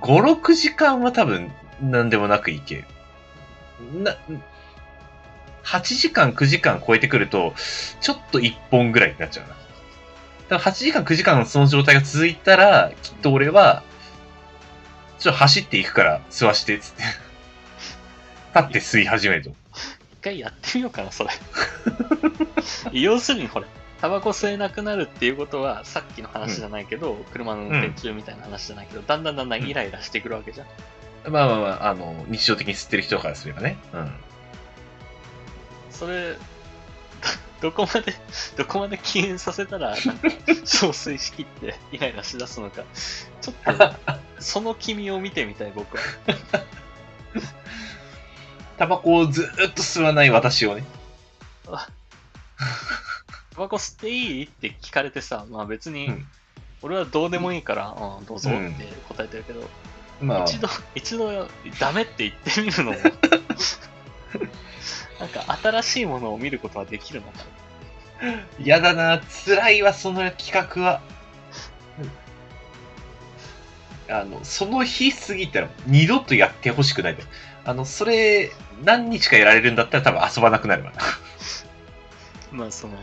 Speaker 2: ー、5、6時間は多分何でもなくいける。な、8時間、9時間超えてくると、ちょっと1本ぐらいになっちゃうな。だから8時間、9時間その状態が続いたら、きっと俺は、ちょっと走っていくから吸わして、つって。立って吸い始めると。
Speaker 1: 一回やってみようかな、それ。 要するに、ほら、タバコ吸えなくなるっていうことは、さっきの話じゃないけど、車の運転中みたいな話じゃないけど、だんだんだんだんイライラしてくるわけじゃん。
Speaker 2: まあまあまあ、あの、日常的に吸ってる人からすればね。うん。
Speaker 1: それ、どこまで、どこまで禁煙させたら、なんか、憔悴しきってイライラしだすのか、ちょっと、その君を見てみたい、僕は。
Speaker 2: タバコをずーっと吸わない私をね。
Speaker 1: タバコ吸っていいって聞かれてさ、まあ別に
Speaker 2: うん、
Speaker 1: 俺はどうでもいいから、うん、どうぞって答えてるけど、
Speaker 2: まあ、
Speaker 1: 一度、一度、ダメって言ってみる のも、なんか新しいものを見ることはできるのかな。
Speaker 2: やだな、辛いわ、その企画は。あの、その日過ぎたら二度とやってほしくない。あの、それ、何日かやられるんだったら多分遊ばなくなるわ。
Speaker 1: まあその、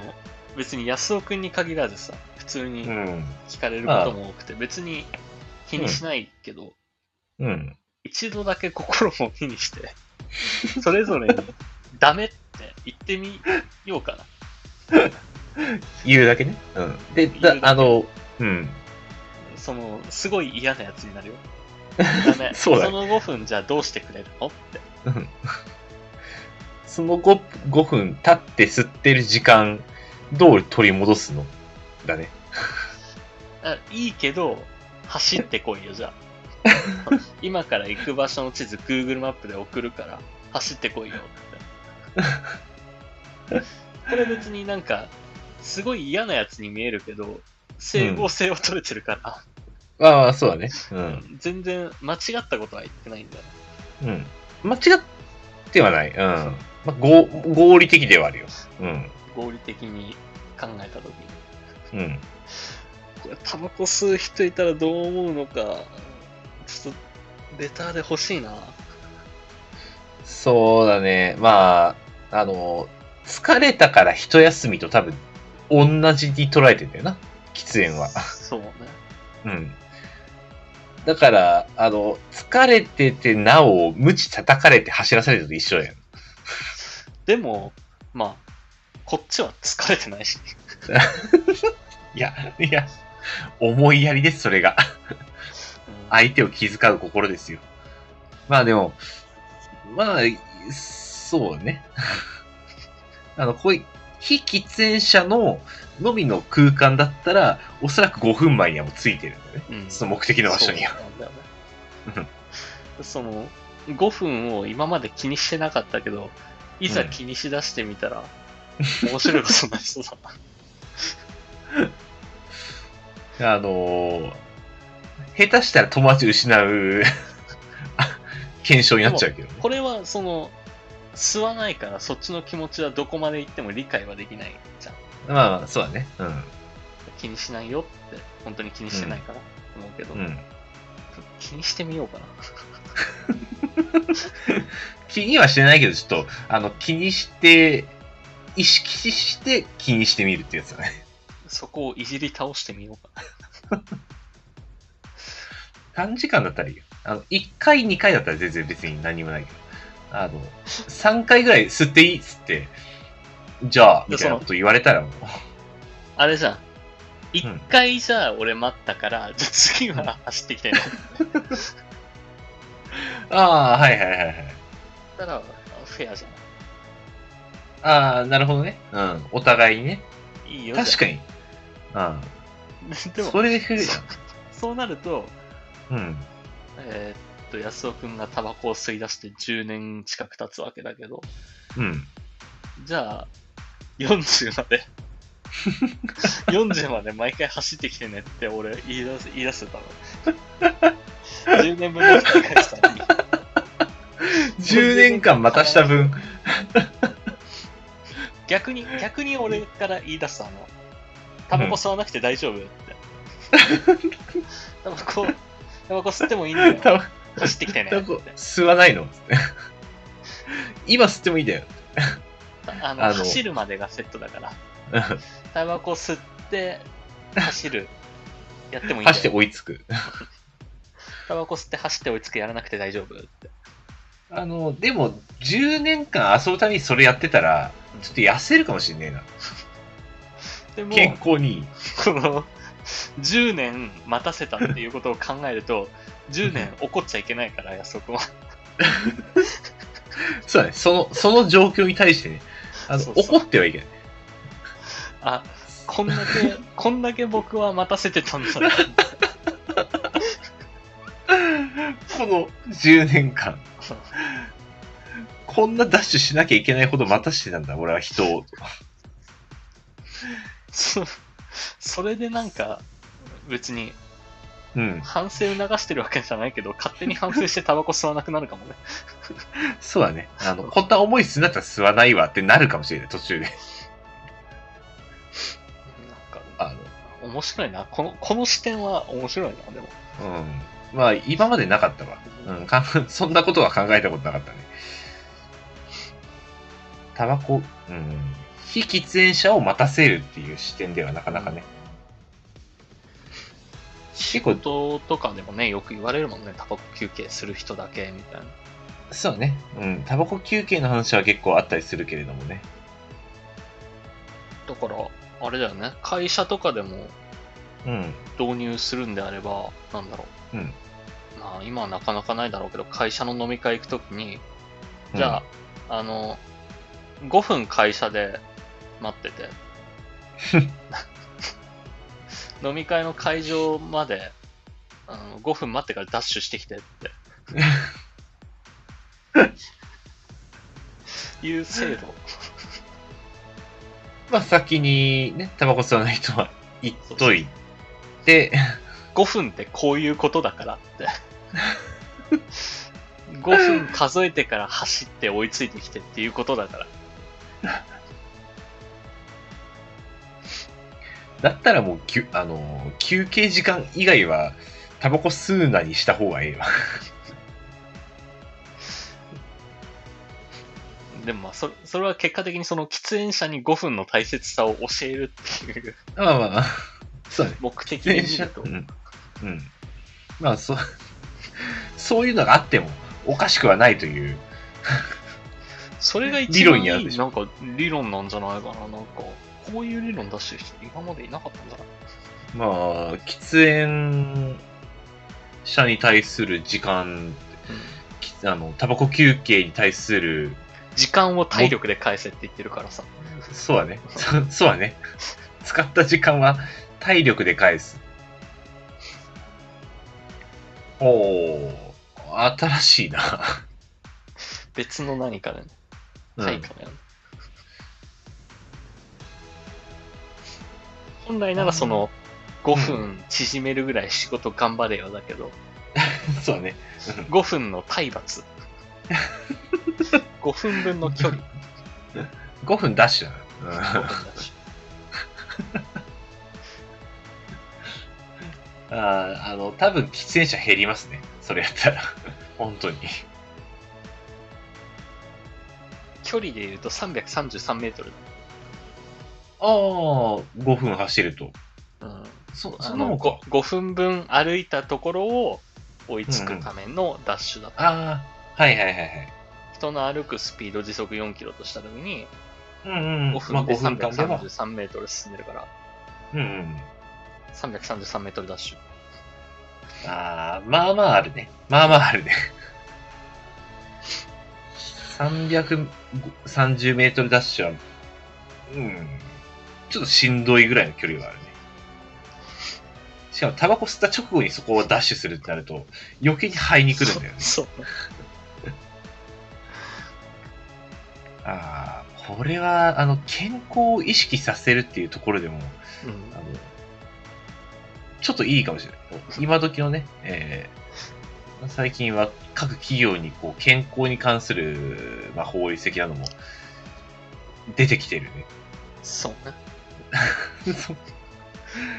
Speaker 1: 別に安尾くんに限らずさ、普通に、
Speaker 2: うん。
Speaker 1: 聞かれることも多くて、別に気にしないけど、
Speaker 2: うん。
Speaker 1: 一度だけ心も気に して、それぞれにダメって言ってみようかな。
Speaker 2: 言うだけね。うん。で、だ
Speaker 1: 言うだけ
Speaker 2: あの、うん。
Speaker 1: その、すごい嫌なやつに なるよ。ダメ。
Speaker 2: そうだね
Speaker 1: の5分じゃあどうしてくれるのって。
Speaker 2: うん その 5, 5分経って吸ってる時間、どう取り戻すのだね。
Speaker 1: あいいけど、走ってこいよ、じ ゃあ。今から行く場所の地図、Google マップで送るから、走ってこいよって。これ別になんか、すごい嫌なやつに見えるけど、整合性を取れてるから、
Speaker 2: ああ、そうだね。うん。
Speaker 1: 全然間違ったことは言ってないんだよ。
Speaker 2: うん。間違ってはない。うん。まあ、合合理的ではあるよ。うん。
Speaker 1: 合理的に考えたときに。
Speaker 2: うん。
Speaker 1: これ、タバコ吸う人いたらどう思うのか、ちょっと、レターで欲しいな。
Speaker 2: そうだね。まあ、あの、疲れたから一休みと多分、同じに捉えてんだよな。喫煙は。
Speaker 1: そうね。
Speaker 2: うん。だから、あの、疲れててなお、無知叩かれて走らされると一緒やん。
Speaker 1: でも、まあ、こっちは疲れてないし。
Speaker 2: いや、いや、思いやりです、それが。
Speaker 1: うん
Speaker 2: 相手を気遣う心ですよ。まあでも、まあ、そうね。 あの、こういう、非喫煙者ののみの空間だったら、おそらく5分前にはもうついてるんだよね。
Speaker 1: うん
Speaker 2: その目的の場所には。
Speaker 1: そうなんだよねその、5分を今まで気にしてなかったけど、いざ気にしだしてみたら、面白いことになりそうだ な。
Speaker 2: あのー下手したら友達失う 検証になっちゃうけどね。
Speaker 1: これは、その、吸わないから、そっちの気持ちはどこまで行っても理解はできないじゃん。
Speaker 2: まあまあ、そうだね。うん。
Speaker 1: 気にしないよって、本当に気にしてないから、思うけど、
Speaker 2: うん。
Speaker 1: 気にしてみようかな。
Speaker 2: 気にはしてないけど、ちょっと、あの、気にして、意識して気にしてみるってやつだね。
Speaker 1: そこをいじり倒してみようかな。
Speaker 2: 短時間だったらいいよ。あの、1回、2回だったら全然別に何もないけど。あの、3回ぐらい吸っていいっつって、じゃあ、みたいなこと言われたらもう。
Speaker 1: あれじゃん。一回じゃあ俺待ったから、じゃあ次は走ってきてね。
Speaker 2: ああ、はいはいはいはい。
Speaker 1: だったらフェアじゃん。
Speaker 2: ああ、なるほどね。うん。お互いにね。
Speaker 1: いいよ。
Speaker 2: 確かに。うん。
Speaker 1: に。でも
Speaker 2: それふ、
Speaker 1: そそうなると、
Speaker 2: うん。
Speaker 1: えーっと、安尾くんがタバコを吸い出して10年近く経つわけだけど、
Speaker 2: うん。
Speaker 1: じゃあ、 40まで40まで毎回走ってきてねって俺言い出す言い出すだろ10年分の繰り返したのに
Speaker 2: 10年間待たした 分。
Speaker 1: 逆に逆に俺から言い出したのタバコ吸わなくて大丈夫って、タバコタバコ吸ってもいいんだよ
Speaker 2: タバ
Speaker 1: 走ってきてね
Speaker 2: タバ
Speaker 1: って
Speaker 2: コ吸わないの今吸ってもいいんだよ。
Speaker 1: あの
Speaker 2: あの
Speaker 1: 走るまでがセットだから
Speaker 2: うん
Speaker 1: タバコ吸って走るやってもいいんだよ
Speaker 2: 走って追いつく。
Speaker 1: タバコ吸って走って追いつくやらなくて大丈夫って
Speaker 2: あの、でも、10年間遊ぶたびにそれやってたら、ちょっと痩せるかもしんねえな。
Speaker 1: でも
Speaker 2: 健康にいい。
Speaker 1: この10年待たせたっていうことを考えると10年怒っちゃいけないから安岡は
Speaker 2: そうだね。その、その状況に対してね、あの、
Speaker 1: そうそう
Speaker 2: 怒ってはいけない。
Speaker 1: あこんだけこんだけ僕は待たせてたんだな
Speaker 2: この10年間、こんなダッシュしなきゃいけないほど待たしてたんだ、俺は人を。
Speaker 1: そそれでなんか別に
Speaker 2: うん。
Speaker 1: 反省を流してるわけじゃないけど勝手に反省してタバコ吸わなくなるかもね
Speaker 2: そうだね。あの、こんな重いするんだったら吸わないわってなるかもしれない、途中で。
Speaker 1: なんか
Speaker 2: あ
Speaker 1: 面白いなこのこの視点は面白いなでも
Speaker 2: の、うん。まあ、今までなかったわ。うん、 かんそんなことは考えたことなかったね。タバコ、うん。非喫煙者を待たせるっていう視点ではなかなかね。
Speaker 1: 仕事とかでもねよく言われるもんねタバコ休憩する人だけみたいな
Speaker 2: そうね。うん。タバコ休憩の話は結構あったりするけれどもね。
Speaker 1: だからあれだよね会社とかでも
Speaker 2: うん。
Speaker 1: 導入するんであれば、なんだろう。
Speaker 2: うん
Speaker 1: まあ、今はなかなかないだろうけど、会社の飲み会行くときに、じゃあ、あの、5分会社で待ってて、飲み会の会場まで、あの5分待ってからダッシュしてきてって。いう制度。
Speaker 2: まあ先にね、タバコ吸わない人は言っといて、
Speaker 1: 5分ってこういうことだからって。5分数えてから走って追いついてきてっていうことだから。
Speaker 2: だったらもうきゅ、あのー、休憩時間以外は、タバコ吸うなにした方がいいわ。
Speaker 1: でもまあそ、それは結果的にその喫煙者に5分の大切さを教えるっていう
Speaker 2: まあまあまあ、そうだね。
Speaker 1: 目的で
Speaker 2: 電
Speaker 1: 見
Speaker 2: 車
Speaker 1: ると
Speaker 2: う。ん。うん。まあ、そう、 そういうのがあっても、おかしくはないという。
Speaker 1: それが一
Speaker 2: 理
Speaker 1: 番い
Speaker 2: 論にあるで
Speaker 1: い
Speaker 2: し
Speaker 1: なんか理論なんじゃないかな。なんか、こういう理論出してる人今までいなかったんじゃない
Speaker 2: まあ、喫煙者に対する時間、きあの、タバコ休憩に対する、
Speaker 1: 時間を体力で返せって言ってるからさ。
Speaker 2: そうだね。そそうだね。使った時間は体力で返す。おお新しいな。
Speaker 1: 別の何かでね。
Speaker 2: うん
Speaker 1: はい、かね。本来ならその5分縮めるぐらい仕事頑張れよだけど、
Speaker 2: そうだね。
Speaker 1: 5分の体罰。5分分の距離。
Speaker 2: 5分ダッシュだな。うん
Speaker 1: 5分だし
Speaker 2: あーあの、多分喫煙者減りますね。それやったら。 本当に。
Speaker 1: 距離で言うと333メートル。
Speaker 2: ああ、5分走ると。
Speaker 1: うん、
Speaker 2: そ、
Speaker 1: あ
Speaker 2: その
Speaker 1: の
Speaker 2: 方か
Speaker 1: 5, 分分歩いたところを追いつくためのダッシュだった。
Speaker 2: ああ、はいはいはいはい。
Speaker 1: 人の歩くスピード時速4キロとした時に
Speaker 2: うんうん。
Speaker 1: 5分で
Speaker 2: まあ、5分間でも。
Speaker 1: 333メートル進んでるから
Speaker 2: うんうん。
Speaker 1: 333メートルダッシュ。
Speaker 2: ああ、まあまああるね。まあまああるね。330メートルダッシュは、うん。ちょっとしんどいぐらいの距離はあるね。しかも、タバコ吸った直後にそこをダッシュするってなると、余計に肺にくるんだよね。
Speaker 1: そう。
Speaker 2: ああ、これは、あの、健康を意識させるっていうところでも、
Speaker 1: うん
Speaker 2: あのちょっといいかもしれない。今時のね、えー最近は各企業にこう健康に関する、まあ、法律的なのも出てきてる
Speaker 1: そうね
Speaker 2: ね。そう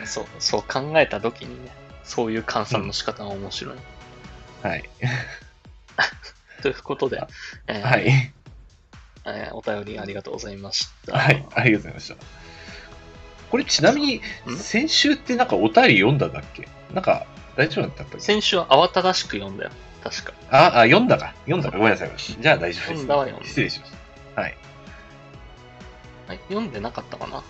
Speaker 1: そうそう考えた時にねそういう換算の仕方が面白い、
Speaker 2: はい。
Speaker 1: ということで、えー
Speaker 2: はい。
Speaker 1: えーお便りありがとうございました
Speaker 2: はい。ありがとうございました。これちなみに、
Speaker 1: うん
Speaker 2: 先週ってなんかお便り読んだんだっけなんか大丈夫だったっけ
Speaker 1: 先週は慌ただしく読んだよ確か
Speaker 2: あ、あ、読んだか。読んだか。ごめんなさい。じゃあ大丈夫で
Speaker 1: 読
Speaker 2: す。
Speaker 1: んだわ読んだ
Speaker 2: 失礼しました。
Speaker 1: はい読んでなかったかな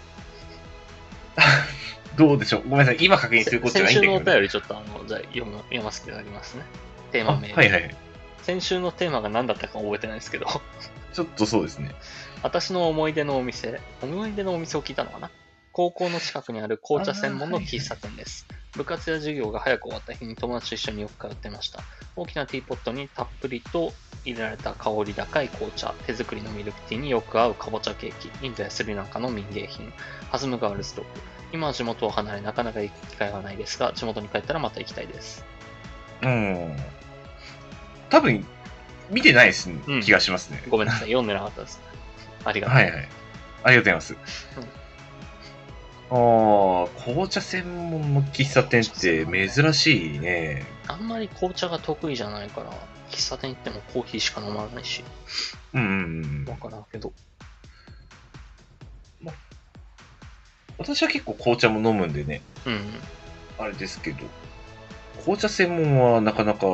Speaker 2: どうでしょうごめんなさい。今確認することじゃ
Speaker 1: 先
Speaker 2: ないん
Speaker 1: 週のお
Speaker 2: だけど、
Speaker 1: 便りちょっとあのじゃあ読む読ませていただきますねテー
Speaker 2: あ
Speaker 1: マ名、
Speaker 2: はいはい。
Speaker 1: 先週のテーマが何だったか覚えてないですけど
Speaker 2: ちょっとそうですね。
Speaker 1: 私の思い出のお店思い出のお店を聞いたのかな高校の近くにある紅茶専門の喫茶店です、部活や授業が早く終わった日に友達と一緒によく通ってました大きなティーポットにたっぷりと入れられた香り高い紅茶手作りのミルクティーによく合うかぼちゃケーキインドやスリランカの民芸品弾むガールズトーク今は地元を離れなかなか行く機会はないですが地元に帰ったらまた行きたいです
Speaker 2: うん。多分、見てないですね、
Speaker 1: うん
Speaker 2: 気がしますね。
Speaker 1: ごめ んなさい読んでなかったですありがとう、
Speaker 2: はいはい。ありがとうございます。ああ、紅茶専門の喫茶店って珍しいね。
Speaker 1: あんまり紅茶が得意じゃないから喫茶店行ってもコーヒーしか飲まないし
Speaker 2: うんうんうん
Speaker 1: わ。からんけど
Speaker 2: 私は結構紅茶も飲むんでね、
Speaker 1: うん
Speaker 2: あれですけど、紅茶専門はなかなか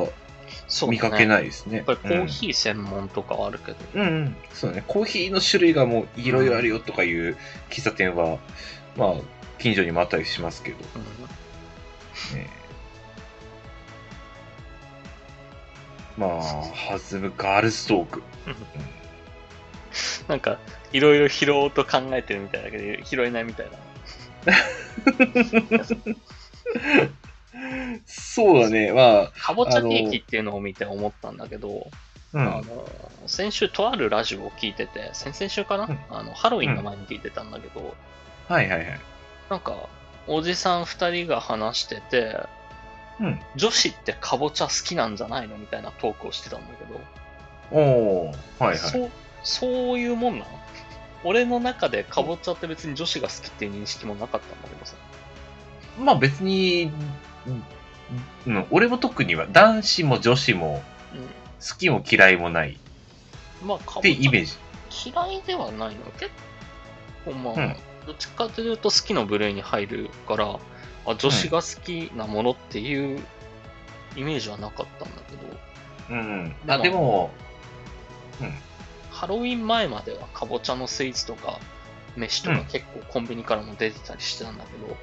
Speaker 1: そう、ね、
Speaker 2: 見かけ
Speaker 1: い
Speaker 2: ないですね。
Speaker 1: やっぱりコーヒー専門とかはあるけど、
Speaker 2: うん、うんうん、そうだね。コーヒーの種類がもういろいろあるよとかいう喫茶店は、まあ、近所にもあったりしますけど。
Speaker 1: うん
Speaker 2: ねまあ、弾むガールズトーク。
Speaker 1: なんかいろいろ拾おうと考えてるみたいだけど拾えないみたいな
Speaker 2: そうだね、ま
Speaker 1: かぼちゃケーキっていうのを見て思ったんだけど
Speaker 2: あ、う
Speaker 1: あの、先週とあるラジオを聞いてて先々週かな、
Speaker 2: うん
Speaker 1: あのハロウィンの前に聞いてたんだけど、
Speaker 2: はいはいはい。
Speaker 1: なんかおじさん2人が話してて
Speaker 2: うん。
Speaker 1: 女子ってかぼちゃ好きなんじゃないのみたいなトークをしてたんだけど、
Speaker 2: おー、はいはい。
Speaker 1: そうそういうもんなの俺の中でかぼちゃって別に女子が好きっていう認識もなかったんだけどさ。
Speaker 2: まあ別に、うんうん、俺も特には男子も女子も
Speaker 1: う
Speaker 2: 好きも嫌いもない
Speaker 1: ん、まあ、かぼ
Speaker 2: って
Speaker 1: ち
Speaker 2: イメー
Speaker 1: ゃ
Speaker 2: ジ。
Speaker 1: 嫌いではないの結構まあ、
Speaker 2: うん
Speaker 1: どっちかというと好きの部類に入るから、あ女子が好きなものっていうイメージはなかったんだけど、
Speaker 2: うん。
Speaker 1: でも
Speaker 2: あ、でも、
Speaker 1: ハロウィン前まではかぼちゃのスイーツとか飯と
Speaker 2: う
Speaker 1: か
Speaker 2: ん
Speaker 1: 結構コンビニからも出てたりしてたんだけど、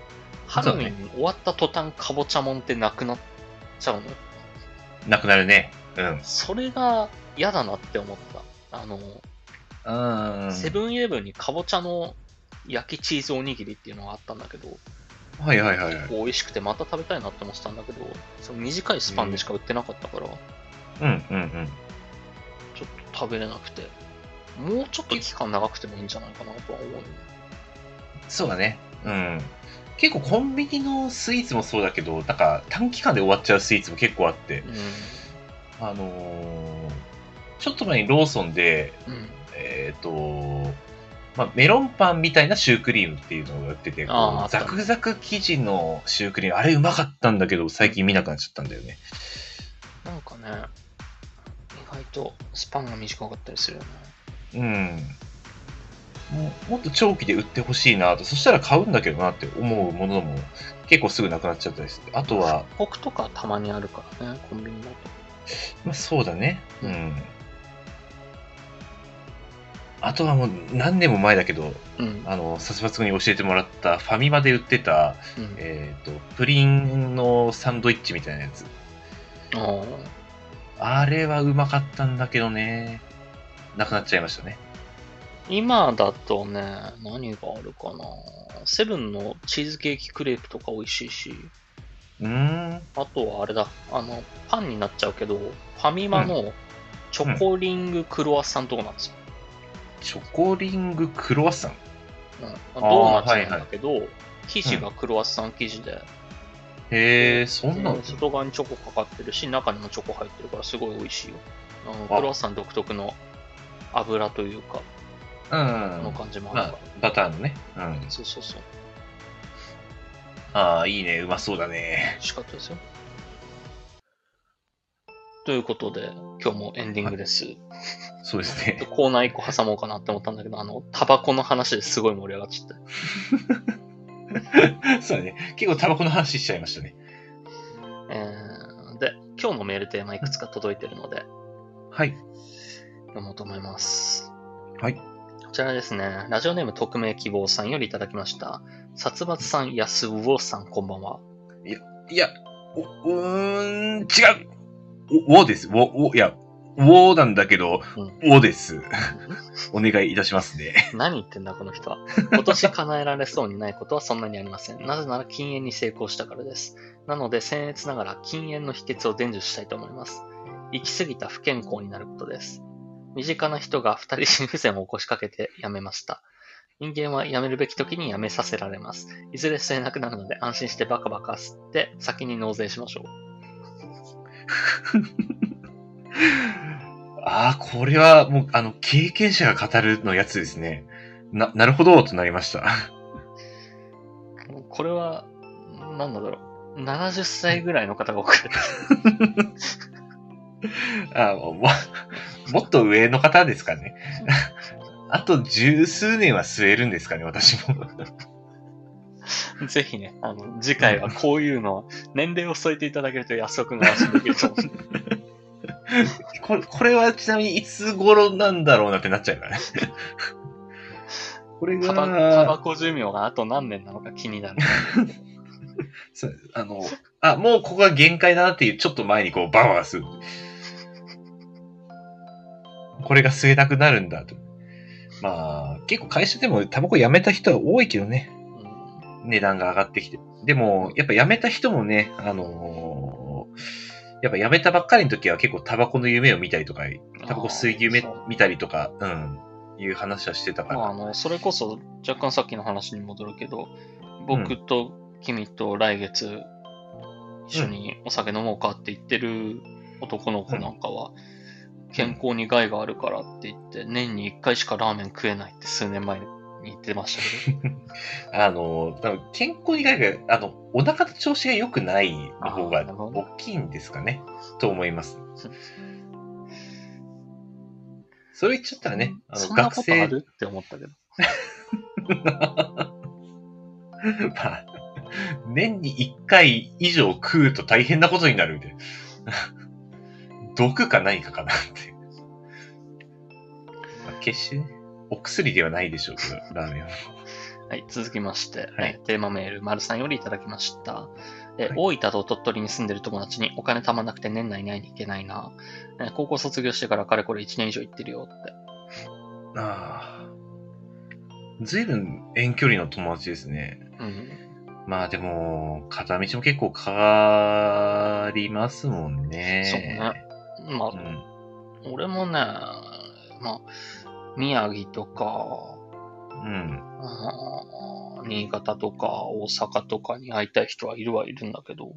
Speaker 1: ハロウィン終わった途端かぼちゃもんってなくなっちゃうのよ
Speaker 2: なくなるね。うん。
Speaker 1: それが嫌だなって思った。あの、
Speaker 2: うん。
Speaker 1: セブンイレブンにかぼちゃの焼きチーズおにぎりっていうのがあったんだけど、
Speaker 2: はいはいはいはい
Speaker 1: 結。構美味しくてまた食べたいなって思ってたんだけど、その短いスパンでしか売ってなかったから、ちょ
Speaker 2: うんうんうん。
Speaker 1: っと食べれなくて、もうちょっと期間長くてもいいんじゃないかなとは思うよね。
Speaker 2: そうだね。うん。結構コンビニのスイーツもそうだけど、なんか短期間で終わっちゃうスイーツも結構あって、あのーちょっと前にローソンで、
Speaker 1: うん。うん。
Speaker 2: えっ、と、まあ、メロンパンみたいなシュークリームっていうのを売ってて、こう
Speaker 1: あーあった
Speaker 2: ザクザク生地のシュークリーム、あれうまかったんだけど、最近見なくなっちゃったんだよね。
Speaker 1: なんかね、意外とスパンが短かったりするよね。
Speaker 2: うん。もうもっと長期で売ってほしいなと、そしたら買うんだけどなって思うものも結構すぐなくなっちゃったりして、あとは、
Speaker 1: 北とかたまにあるからね、コンビニだと。
Speaker 2: まあ、そうだね。うん。あとはもう何年も前だけど、
Speaker 1: うん。
Speaker 2: あの、殺伐君に教えてもらったファミマで売ってた、
Speaker 1: うん。
Speaker 2: えっ、と、プリンのサンドイッチみたいなやつ。
Speaker 1: あー
Speaker 2: あれはうまかったんだけどね。なくなっちゃいましたね。
Speaker 1: 今だとね、何があるかな。セブンのチーズケーキクレープとか美味しいし、
Speaker 2: うーん。
Speaker 1: あとはあれだ、あの、パンになっちゃうけど、ファミマのチョコリングクロワッサンとかなんですよ。
Speaker 2: チョコリングクロワッサン。
Speaker 1: ドーナツなんだけど、生地がクロワッサン生地で、
Speaker 2: へえ、そんな
Speaker 1: うんん外側にチョコかかってるし、中にもチョコ入ってるから、すごい美味しいよ。あの
Speaker 2: あ
Speaker 1: クロワッサン独特の油というか、
Speaker 2: うん。
Speaker 1: の感じもあ
Speaker 2: ま
Speaker 1: るか
Speaker 2: あ、バターのね。う
Speaker 1: ら、。
Speaker 2: ん
Speaker 1: そうそうそう、
Speaker 2: ああ、いいね。うまそうだね。
Speaker 1: 美味しかったですよ。ということで、今日もエンディングです。
Speaker 2: そうですね。
Speaker 1: コーナー1個挟もうかなって思ったんだけど、あの、タバコの話ですごい盛り上がっちゃって。
Speaker 2: そうだね。結構タバコの話しちゃいましたね。
Speaker 1: えーで、今日のメールテーマいくつか届いてるので、
Speaker 2: はい。
Speaker 1: 読もうと思います。
Speaker 2: はい。
Speaker 1: こちらですね、ラジオネーム匿名希望さんよりいただきました。殺伐さん、安魚さん、こんばんは。
Speaker 2: いや、お、うーん、違うお、おです。お、お、いや、おなんだけど、おです。お願いいたしますね。
Speaker 1: 何言ってんだ、この人は。今年叶えられそうにないことはそんなにありません。なぜなら禁煙に成功したからです。なので、僭越ながら禁煙の秘訣を伝授したいと思います。行き過ぎた不健康になることです。身近な人が二人心不全を起こしかけてやめました。人間はやめるべき時にやめさせられます。いずれ吸えなくなるので安心してバカバカ吸って先に納税しましょう。
Speaker 2: ああ、これはもう、あの、経験者が語るのやつですね。な、なるほど、となりました。
Speaker 1: これは、なんだろう。70歳ぐらいの方が送られた。
Speaker 2: あもももっと上の方ですかね。あと十数年は吸えるんですかね、私も。
Speaker 1: ぜひね、あの、次回はこういうのを、年齢を添えていただけると安尾くんが安心でき ると思う。
Speaker 2: これ、これはちなみにいつ頃なんだろうなってなっちゃうからね。 これ
Speaker 1: タバタバ
Speaker 2: が、
Speaker 1: コ寿命があと何年なのか気に なる。
Speaker 2: そうあの、あ、もうここが限界だなっていう、ちょっと前にこう、バンバン吸う。これが吸えなくなるんだと。まあ、結構会社でもタバコやめた人は多いけどね。
Speaker 1: うん
Speaker 2: 値段が上がってきて。でも、やっぱ辞めた人もね、あのーやっぱ辞めたばっかりの時は結構タバコの夢を見たりとか、タバコ吸い夢
Speaker 1: そう
Speaker 2: 見たりとか、うん、いう話はしてたか
Speaker 1: ま
Speaker 2: ら。
Speaker 1: あ、あの、それこそ、若干さっきの話に戻るけど、僕と君と来月、一緒にお酒飲もうかって言ってる男の子なんかは、健康に害があるからって言って、年に1回しかラーメン食えないって数年前に言ってました けど。
Speaker 2: あのー多分健康以外が、あの、お腹の調子が良くない方
Speaker 1: あー
Speaker 2: が
Speaker 1: なるほど
Speaker 2: 大きいんですかね、と思います。それ言っちゃったらね、あの
Speaker 1: そんなこ
Speaker 2: 学
Speaker 1: とあ
Speaker 2: 生
Speaker 1: るって思ったけど。
Speaker 2: まあ、年に1回以上食うと大変なことになるみたいな。 毒か何かかなって。まあ、決してね、お薬ではないでしょうけど、ラーメンは。
Speaker 1: はい、続きまして、
Speaker 2: はい
Speaker 1: えーテーマメール、丸さんよりいただきました、えー
Speaker 2: は
Speaker 1: 大分と鳥取に住んでる友達にお金貯まんなくて年内に会いに行けないな、えー高校卒業してからかれこれ1年以上行ってるよって。
Speaker 2: ああ。ずいぶん遠距離の友達ですね。
Speaker 1: うん、
Speaker 2: まあでも、片道も結構かかりますもんね。
Speaker 1: そうねまあ、
Speaker 2: うん。
Speaker 1: 俺もね、まあ、宮城とか、
Speaker 2: うん。
Speaker 1: うん新潟とか大阪とかに会いたい人はいるはいるんだけど、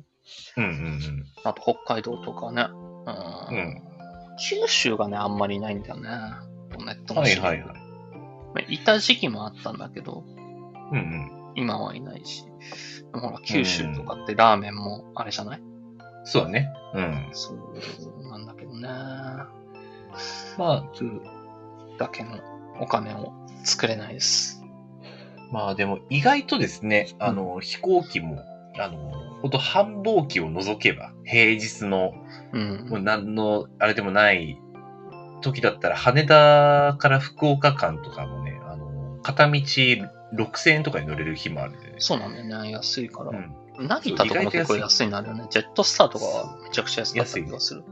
Speaker 2: うんうん
Speaker 1: あと北海道とかね、
Speaker 2: う。
Speaker 1: うん、
Speaker 2: うんん。
Speaker 1: 九州がね、あんまりないんだよね。ネットの
Speaker 2: はい
Speaker 1: 知り合
Speaker 2: はいはい。
Speaker 1: まあいた時期もあったんだけど、
Speaker 2: うんうん。
Speaker 1: 今はいないし。でもほら、九州とかってラーメンもあれじゃない、
Speaker 2: そうだね。うん。
Speaker 1: そうなんだけどね。
Speaker 2: まあ、
Speaker 1: だけのお金を作れないです。
Speaker 2: まあでも意外とですね、あの、飛行機も、あの、ほんと繁忙期を除けば、平日の、
Speaker 1: うん。
Speaker 2: もう何の、あれでもない時だったら、羽田から福岡間とかもね、あの、片道6000円とかに乗れる日もあるんでね。
Speaker 1: そうなんだよね。安いから。
Speaker 2: うん。
Speaker 1: 成田とかも結構安いなるよね。ジェットスターとかはめちゃくちゃ安かった
Speaker 2: 安い
Speaker 1: 気
Speaker 2: ね
Speaker 1: がする。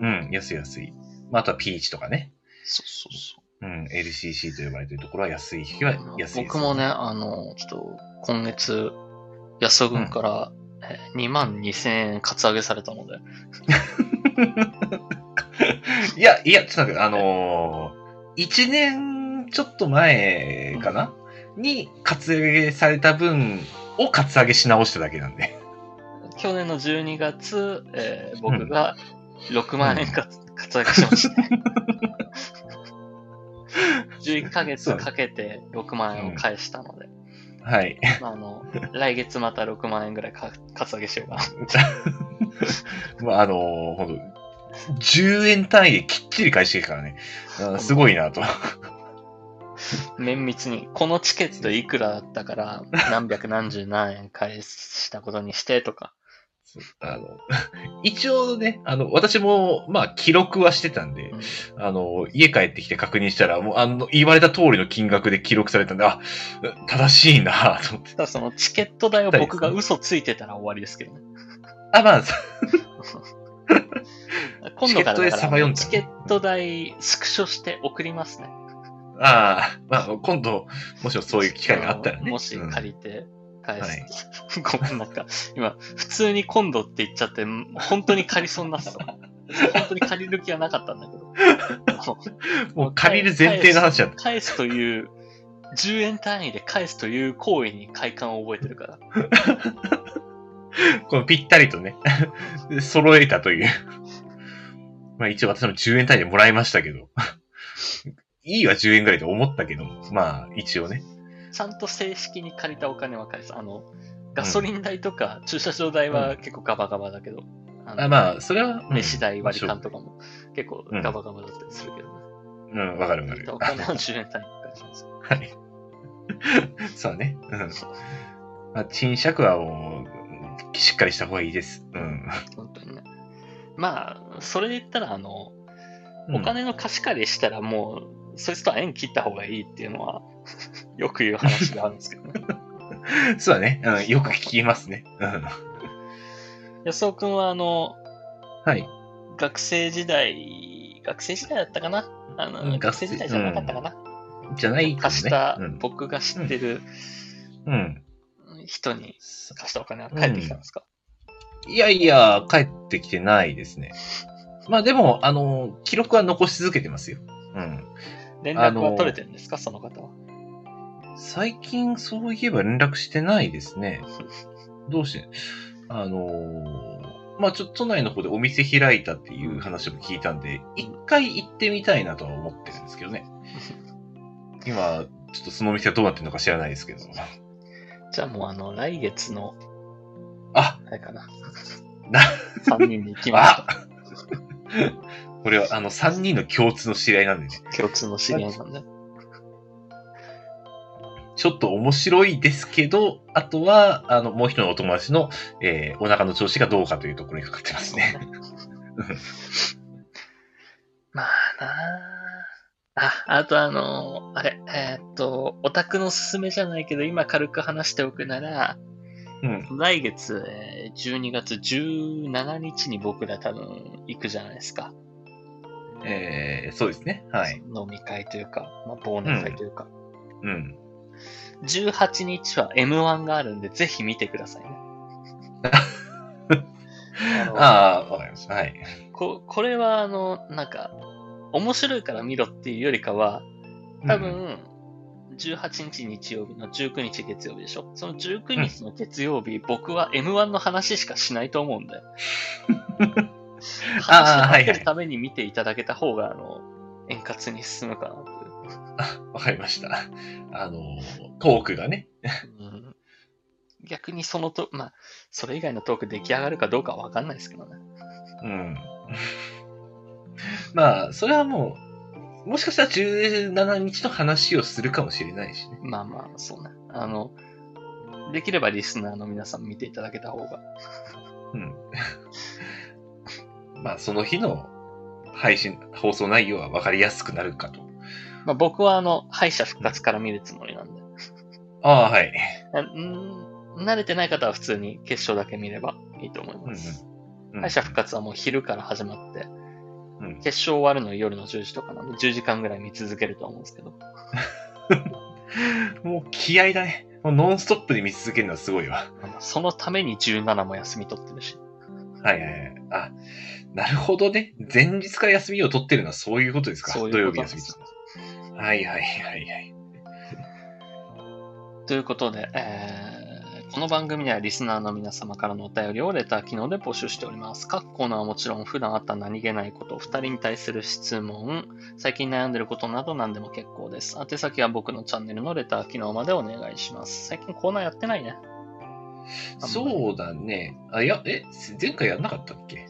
Speaker 2: うん、安い安い。まあ、あとはピーチとかね。
Speaker 1: そうそうそう。
Speaker 2: うん、LCC と呼ばれてるところは安い日は安いです、
Speaker 1: 僕もね、。あの、ちょっと今月、安尾軍から、えー2万2000円カツアゲされたので、
Speaker 2: いや、いや、ちょっと待って、あのー、1年ちょっと前かな、に、カツアゲされた分をカツアゲし直しただけなんで。
Speaker 1: 去年の12月、えー僕が6万円か、活躍しま した。11ヶ月かけて6万円を返したので、
Speaker 2: はい。
Speaker 1: まあ、あの来月また6万円ぐらいかかつ上げしようかな。
Speaker 2: まあ、あのー、ほんと、10円単位できっちり返してるからね。うんすごいなと。
Speaker 1: 綿密に、このチケットいくらだったから、何百何十何円返したことにしてとか、
Speaker 2: あの、一応ね、あの、私も、まあ、記録はしてたんで、あの、家帰ってきて確認したら、もう、あの、言われた通りの金額で記録されたんで、あ、正しいなと思って。
Speaker 1: ただそのチケット代を僕が嘘ついてたら終わりですけどね。
Speaker 2: あ、まあ、そ
Speaker 1: 今度からだ
Speaker 2: チケット代
Speaker 1: か
Speaker 2: さば読
Speaker 1: ら
Speaker 2: んだ
Speaker 1: チケット代スクショして送りますね。
Speaker 2: ああ、まあ、今度、もしもそういう機会があったらね。
Speaker 1: もし借りて返
Speaker 2: は
Speaker 1: す。 ごめん、なんか、今、普通に今度って言っちゃって、本当に借りそうになった。本当に借りる気はなかったんだけど。
Speaker 2: うんもう借りる前提の話だっ
Speaker 1: 返すという、10円単位で返すという行為に快感を覚えてるから。
Speaker 2: た。このぴったりとね、 揃えたという。まあ一応私も10円単位でもらいましたけど。いいは10円ぐらいと思ったけども、まあ一応ね。
Speaker 1: ちゃんと正式に借りたお金は返す。あの、ガソリン代とか駐車場代は結構ガバガバだけど。
Speaker 2: あ
Speaker 1: あの
Speaker 2: まあ、それは、うん
Speaker 1: 飯代割り勘とかも結構ガバガバだったりするけど、ね。
Speaker 2: うん、わかるわか
Speaker 1: 借り
Speaker 2: る
Speaker 1: たお。金は10円単位で返します。
Speaker 2: はい。そうね。うん。まあ、賃借はもううん、しっかりした方がいいです。うん。
Speaker 1: 本当にね。まあ、それで言ったら、あの、
Speaker 2: うん
Speaker 1: お金の貸し借りしたらもう、そいつとは縁切った方がいいっていうのは、 よく言う話があるんですけど ね。
Speaker 2: そうだね。うん。よく聞きますね。うん。
Speaker 1: 安尾くんは、あの、
Speaker 2: はい。
Speaker 1: 学生時代、学生時代だったかなあの、
Speaker 2: うん
Speaker 1: 学生時代じゃなかったかな、
Speaker 2: じゃないかも
Speaker 1: 貸
Speaker 2: ね。
Speaker 1: した、
Speaker 2: うん。
Speaker 1: 僕が知ってる
Speaker 2: うん。
Speaker 1: 人に
Speaker 2: そ
Speaker 1: 貸したお金は返ってきたんですか、
Speaker 2: いやいや、帰ってきてないですね。まあでも、あの、記録は残し続けてますよ。うん。
Speaker 1: 連絡は取れてるんですかその方は。
Speaker 2: 最近、そういえば連絡してないですね。どうしてあのーまあちょっと都内の方でお店開いたっていう話も聞いたんで、一回行ってみたいなとは思ってるんですけどね。今、ちょっとそのお店はどうなってるのか知らないですけど。
Speaker 1: じゃあもう、あの、来月の、
Speaker 2: あ、
Speaker 1: あれかな。
Speaker 2: な、
Speaker 1: 3人に行きま した。
Speaker 2: これはあの3人の共通の知り合いなんでね、
Speaker 1: 共通の知り合いなんで。
Speaker 2: ちょっと面白いですけど、あとは、あの、もう一人のお友達の、えーお腹の調子がどうかというところにかかってますね。
Speaker 1: まあなあ。あ、あとあのーあれ、えーっと、オタクのすすめじゃないけど、今軽く話しておくなら、
Speaker 2: うん。
Speaker 1: 来月、えー12月17日に僕ら多分行くじゃないですか。
Speaker 2: えーそうですね。はい。
Speaker 1: 飲み会というか、まあ、忘年会というか。
Speaker 2: うん。
Speaker 1: 18日は M1 があるんで、ぜひ見てくだ さいね。あの
Speaker 2: ああ、わかりました。はい。
Speaker 1: ここれは、あの、なんか、面白いから見ろっていうよりかは、多
Speaker 2: うん、
Speaker 1: 分、18日日曜日の19日月曜日でしょ。その19日の月曜日、僕は M1 の話しかしないと思うんで。話を分けるために見ていただけた方が、あの、円滑に進むかなと
Speaker 2: わかりました。あの、トークがね。
Speaker 1: いう。うん逆にそのと、まあ、それ以外のトーク出来上がるかどうかは分かんないですけどね。
Speaker 2: うん。まあ、それはもう、もしかしたら17日の話をするかもしれないしね。
Speaker 1: まあまあ、そうね。あの、できればリスナーの皆さん見ていただけた方が。
Speaker 2: うん。 まあ、その日の配信、放送内容は分かりやすくなるかと。
Speaker 1: まあ僕はあの、敗者復活から見るつもりなんで。
Speaker 2: ああ、はい。
Speaker 1: あんー慣れてない方は普通に決勝だけ見ればいいと思います。敗者復活はもう昼から始まって、
Speaker 2: うんうん。
Speaker 1: 決勝終わるの夜の10時とかなんで、10時間ぐらい見続けると思うんですけど。
Speaker 2: もう気合だね。もうノンストップで見続けるのはすごいわ。
Speaker 1: そのために17も休み取ってるし。
Speaker 2: はいはいはい。あ、なるほどね。前日から休みを取ってるのはそういうことですか。
Speaker 1: そう
Speaker 2: 土
Speaker 1: いう
Speaker 2: 曜
Speaker 1: こ
Speaker 2: 日
Speaker 1: と
Speaker 2: 休み取る。はいはいはいはい。
Speaker 1: ということで、えーこの番組ではリスナーの皆様からのお便りをレター機能で募集しております。各コーナーはもちろん普段あった何気ないこと、2人に対する質問、最近悩んでることなど何でも結構です。宛先は僕のチャンネルのレター機能までお願いします。最近コーナーやってないね。
Speaker 2: そうだね。あ、いや、え、前回やんなかったっけ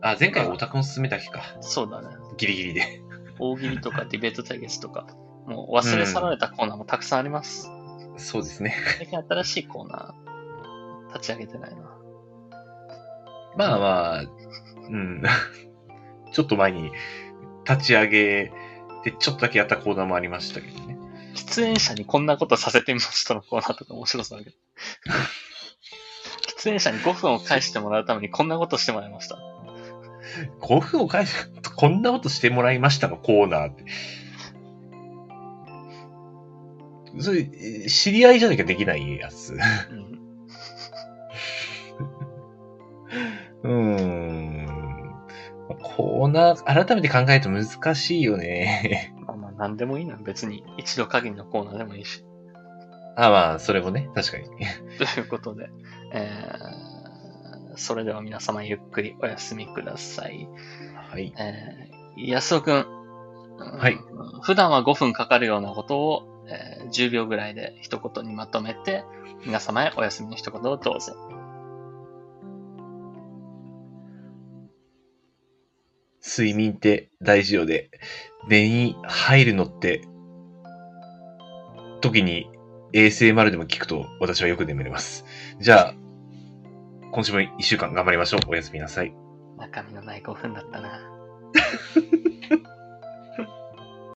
Speaker 2: あ、前回はオタクのすすめだけか。
Speaker 1: そうだね。
Speaker 2: ギリギリで。
Speaker 1: 大喜利と かディベート対決とか、もう忘れ去られたコーナーもたくさんあります。
Speaker 2: そうですね。
Speaker 1: 最近新しいコーナー、立ち上げてないな。
Speaker 2: まあまあ、うん。 ちょっと前に立ち上げて、ちょっとだけやったコーナーもありましたけどね。
Speaker 1: 喫煙者にこんなことさせてみましたのコーナーとか面白そうだけど。喫煙者に5分を返してもらうためにこんなことしてもらいました。
Speaker 2: 5分を返す、こんなことしてもらいましたのコーナーって。それ、え知り合いじゃなきゃできないやつ。
Speaker 1: うん、
Speaker 2: うーん。コーナー、改めて考えると難しいよね。
Speaker 1: まあまあ何でもいいな。別に一度限りのコーナーでもいいし。
Speaker 2: あ、まあ、それもね、確かに。
Speaker 1: ということで、えーそれでは皆様ゆっくりお休みください。
Speaker 2: はい。
Speaker 1: えー、安尾くん。
Speaker 2: はい
Speaker 1: うん。普段は5分かかるようなことを、えー10秒ぐらいで一言にまとめて、皆様へお休みの一言をどうぞ。
Speaker 2: 睡眠って大事よで、寝に入るのって、時に ASMR でも聞くと私はよく眠れます。じゃあ、今週も一週間頑張りましょう。おやすみなさい。
Speaker 1: 中身のない5分だったな。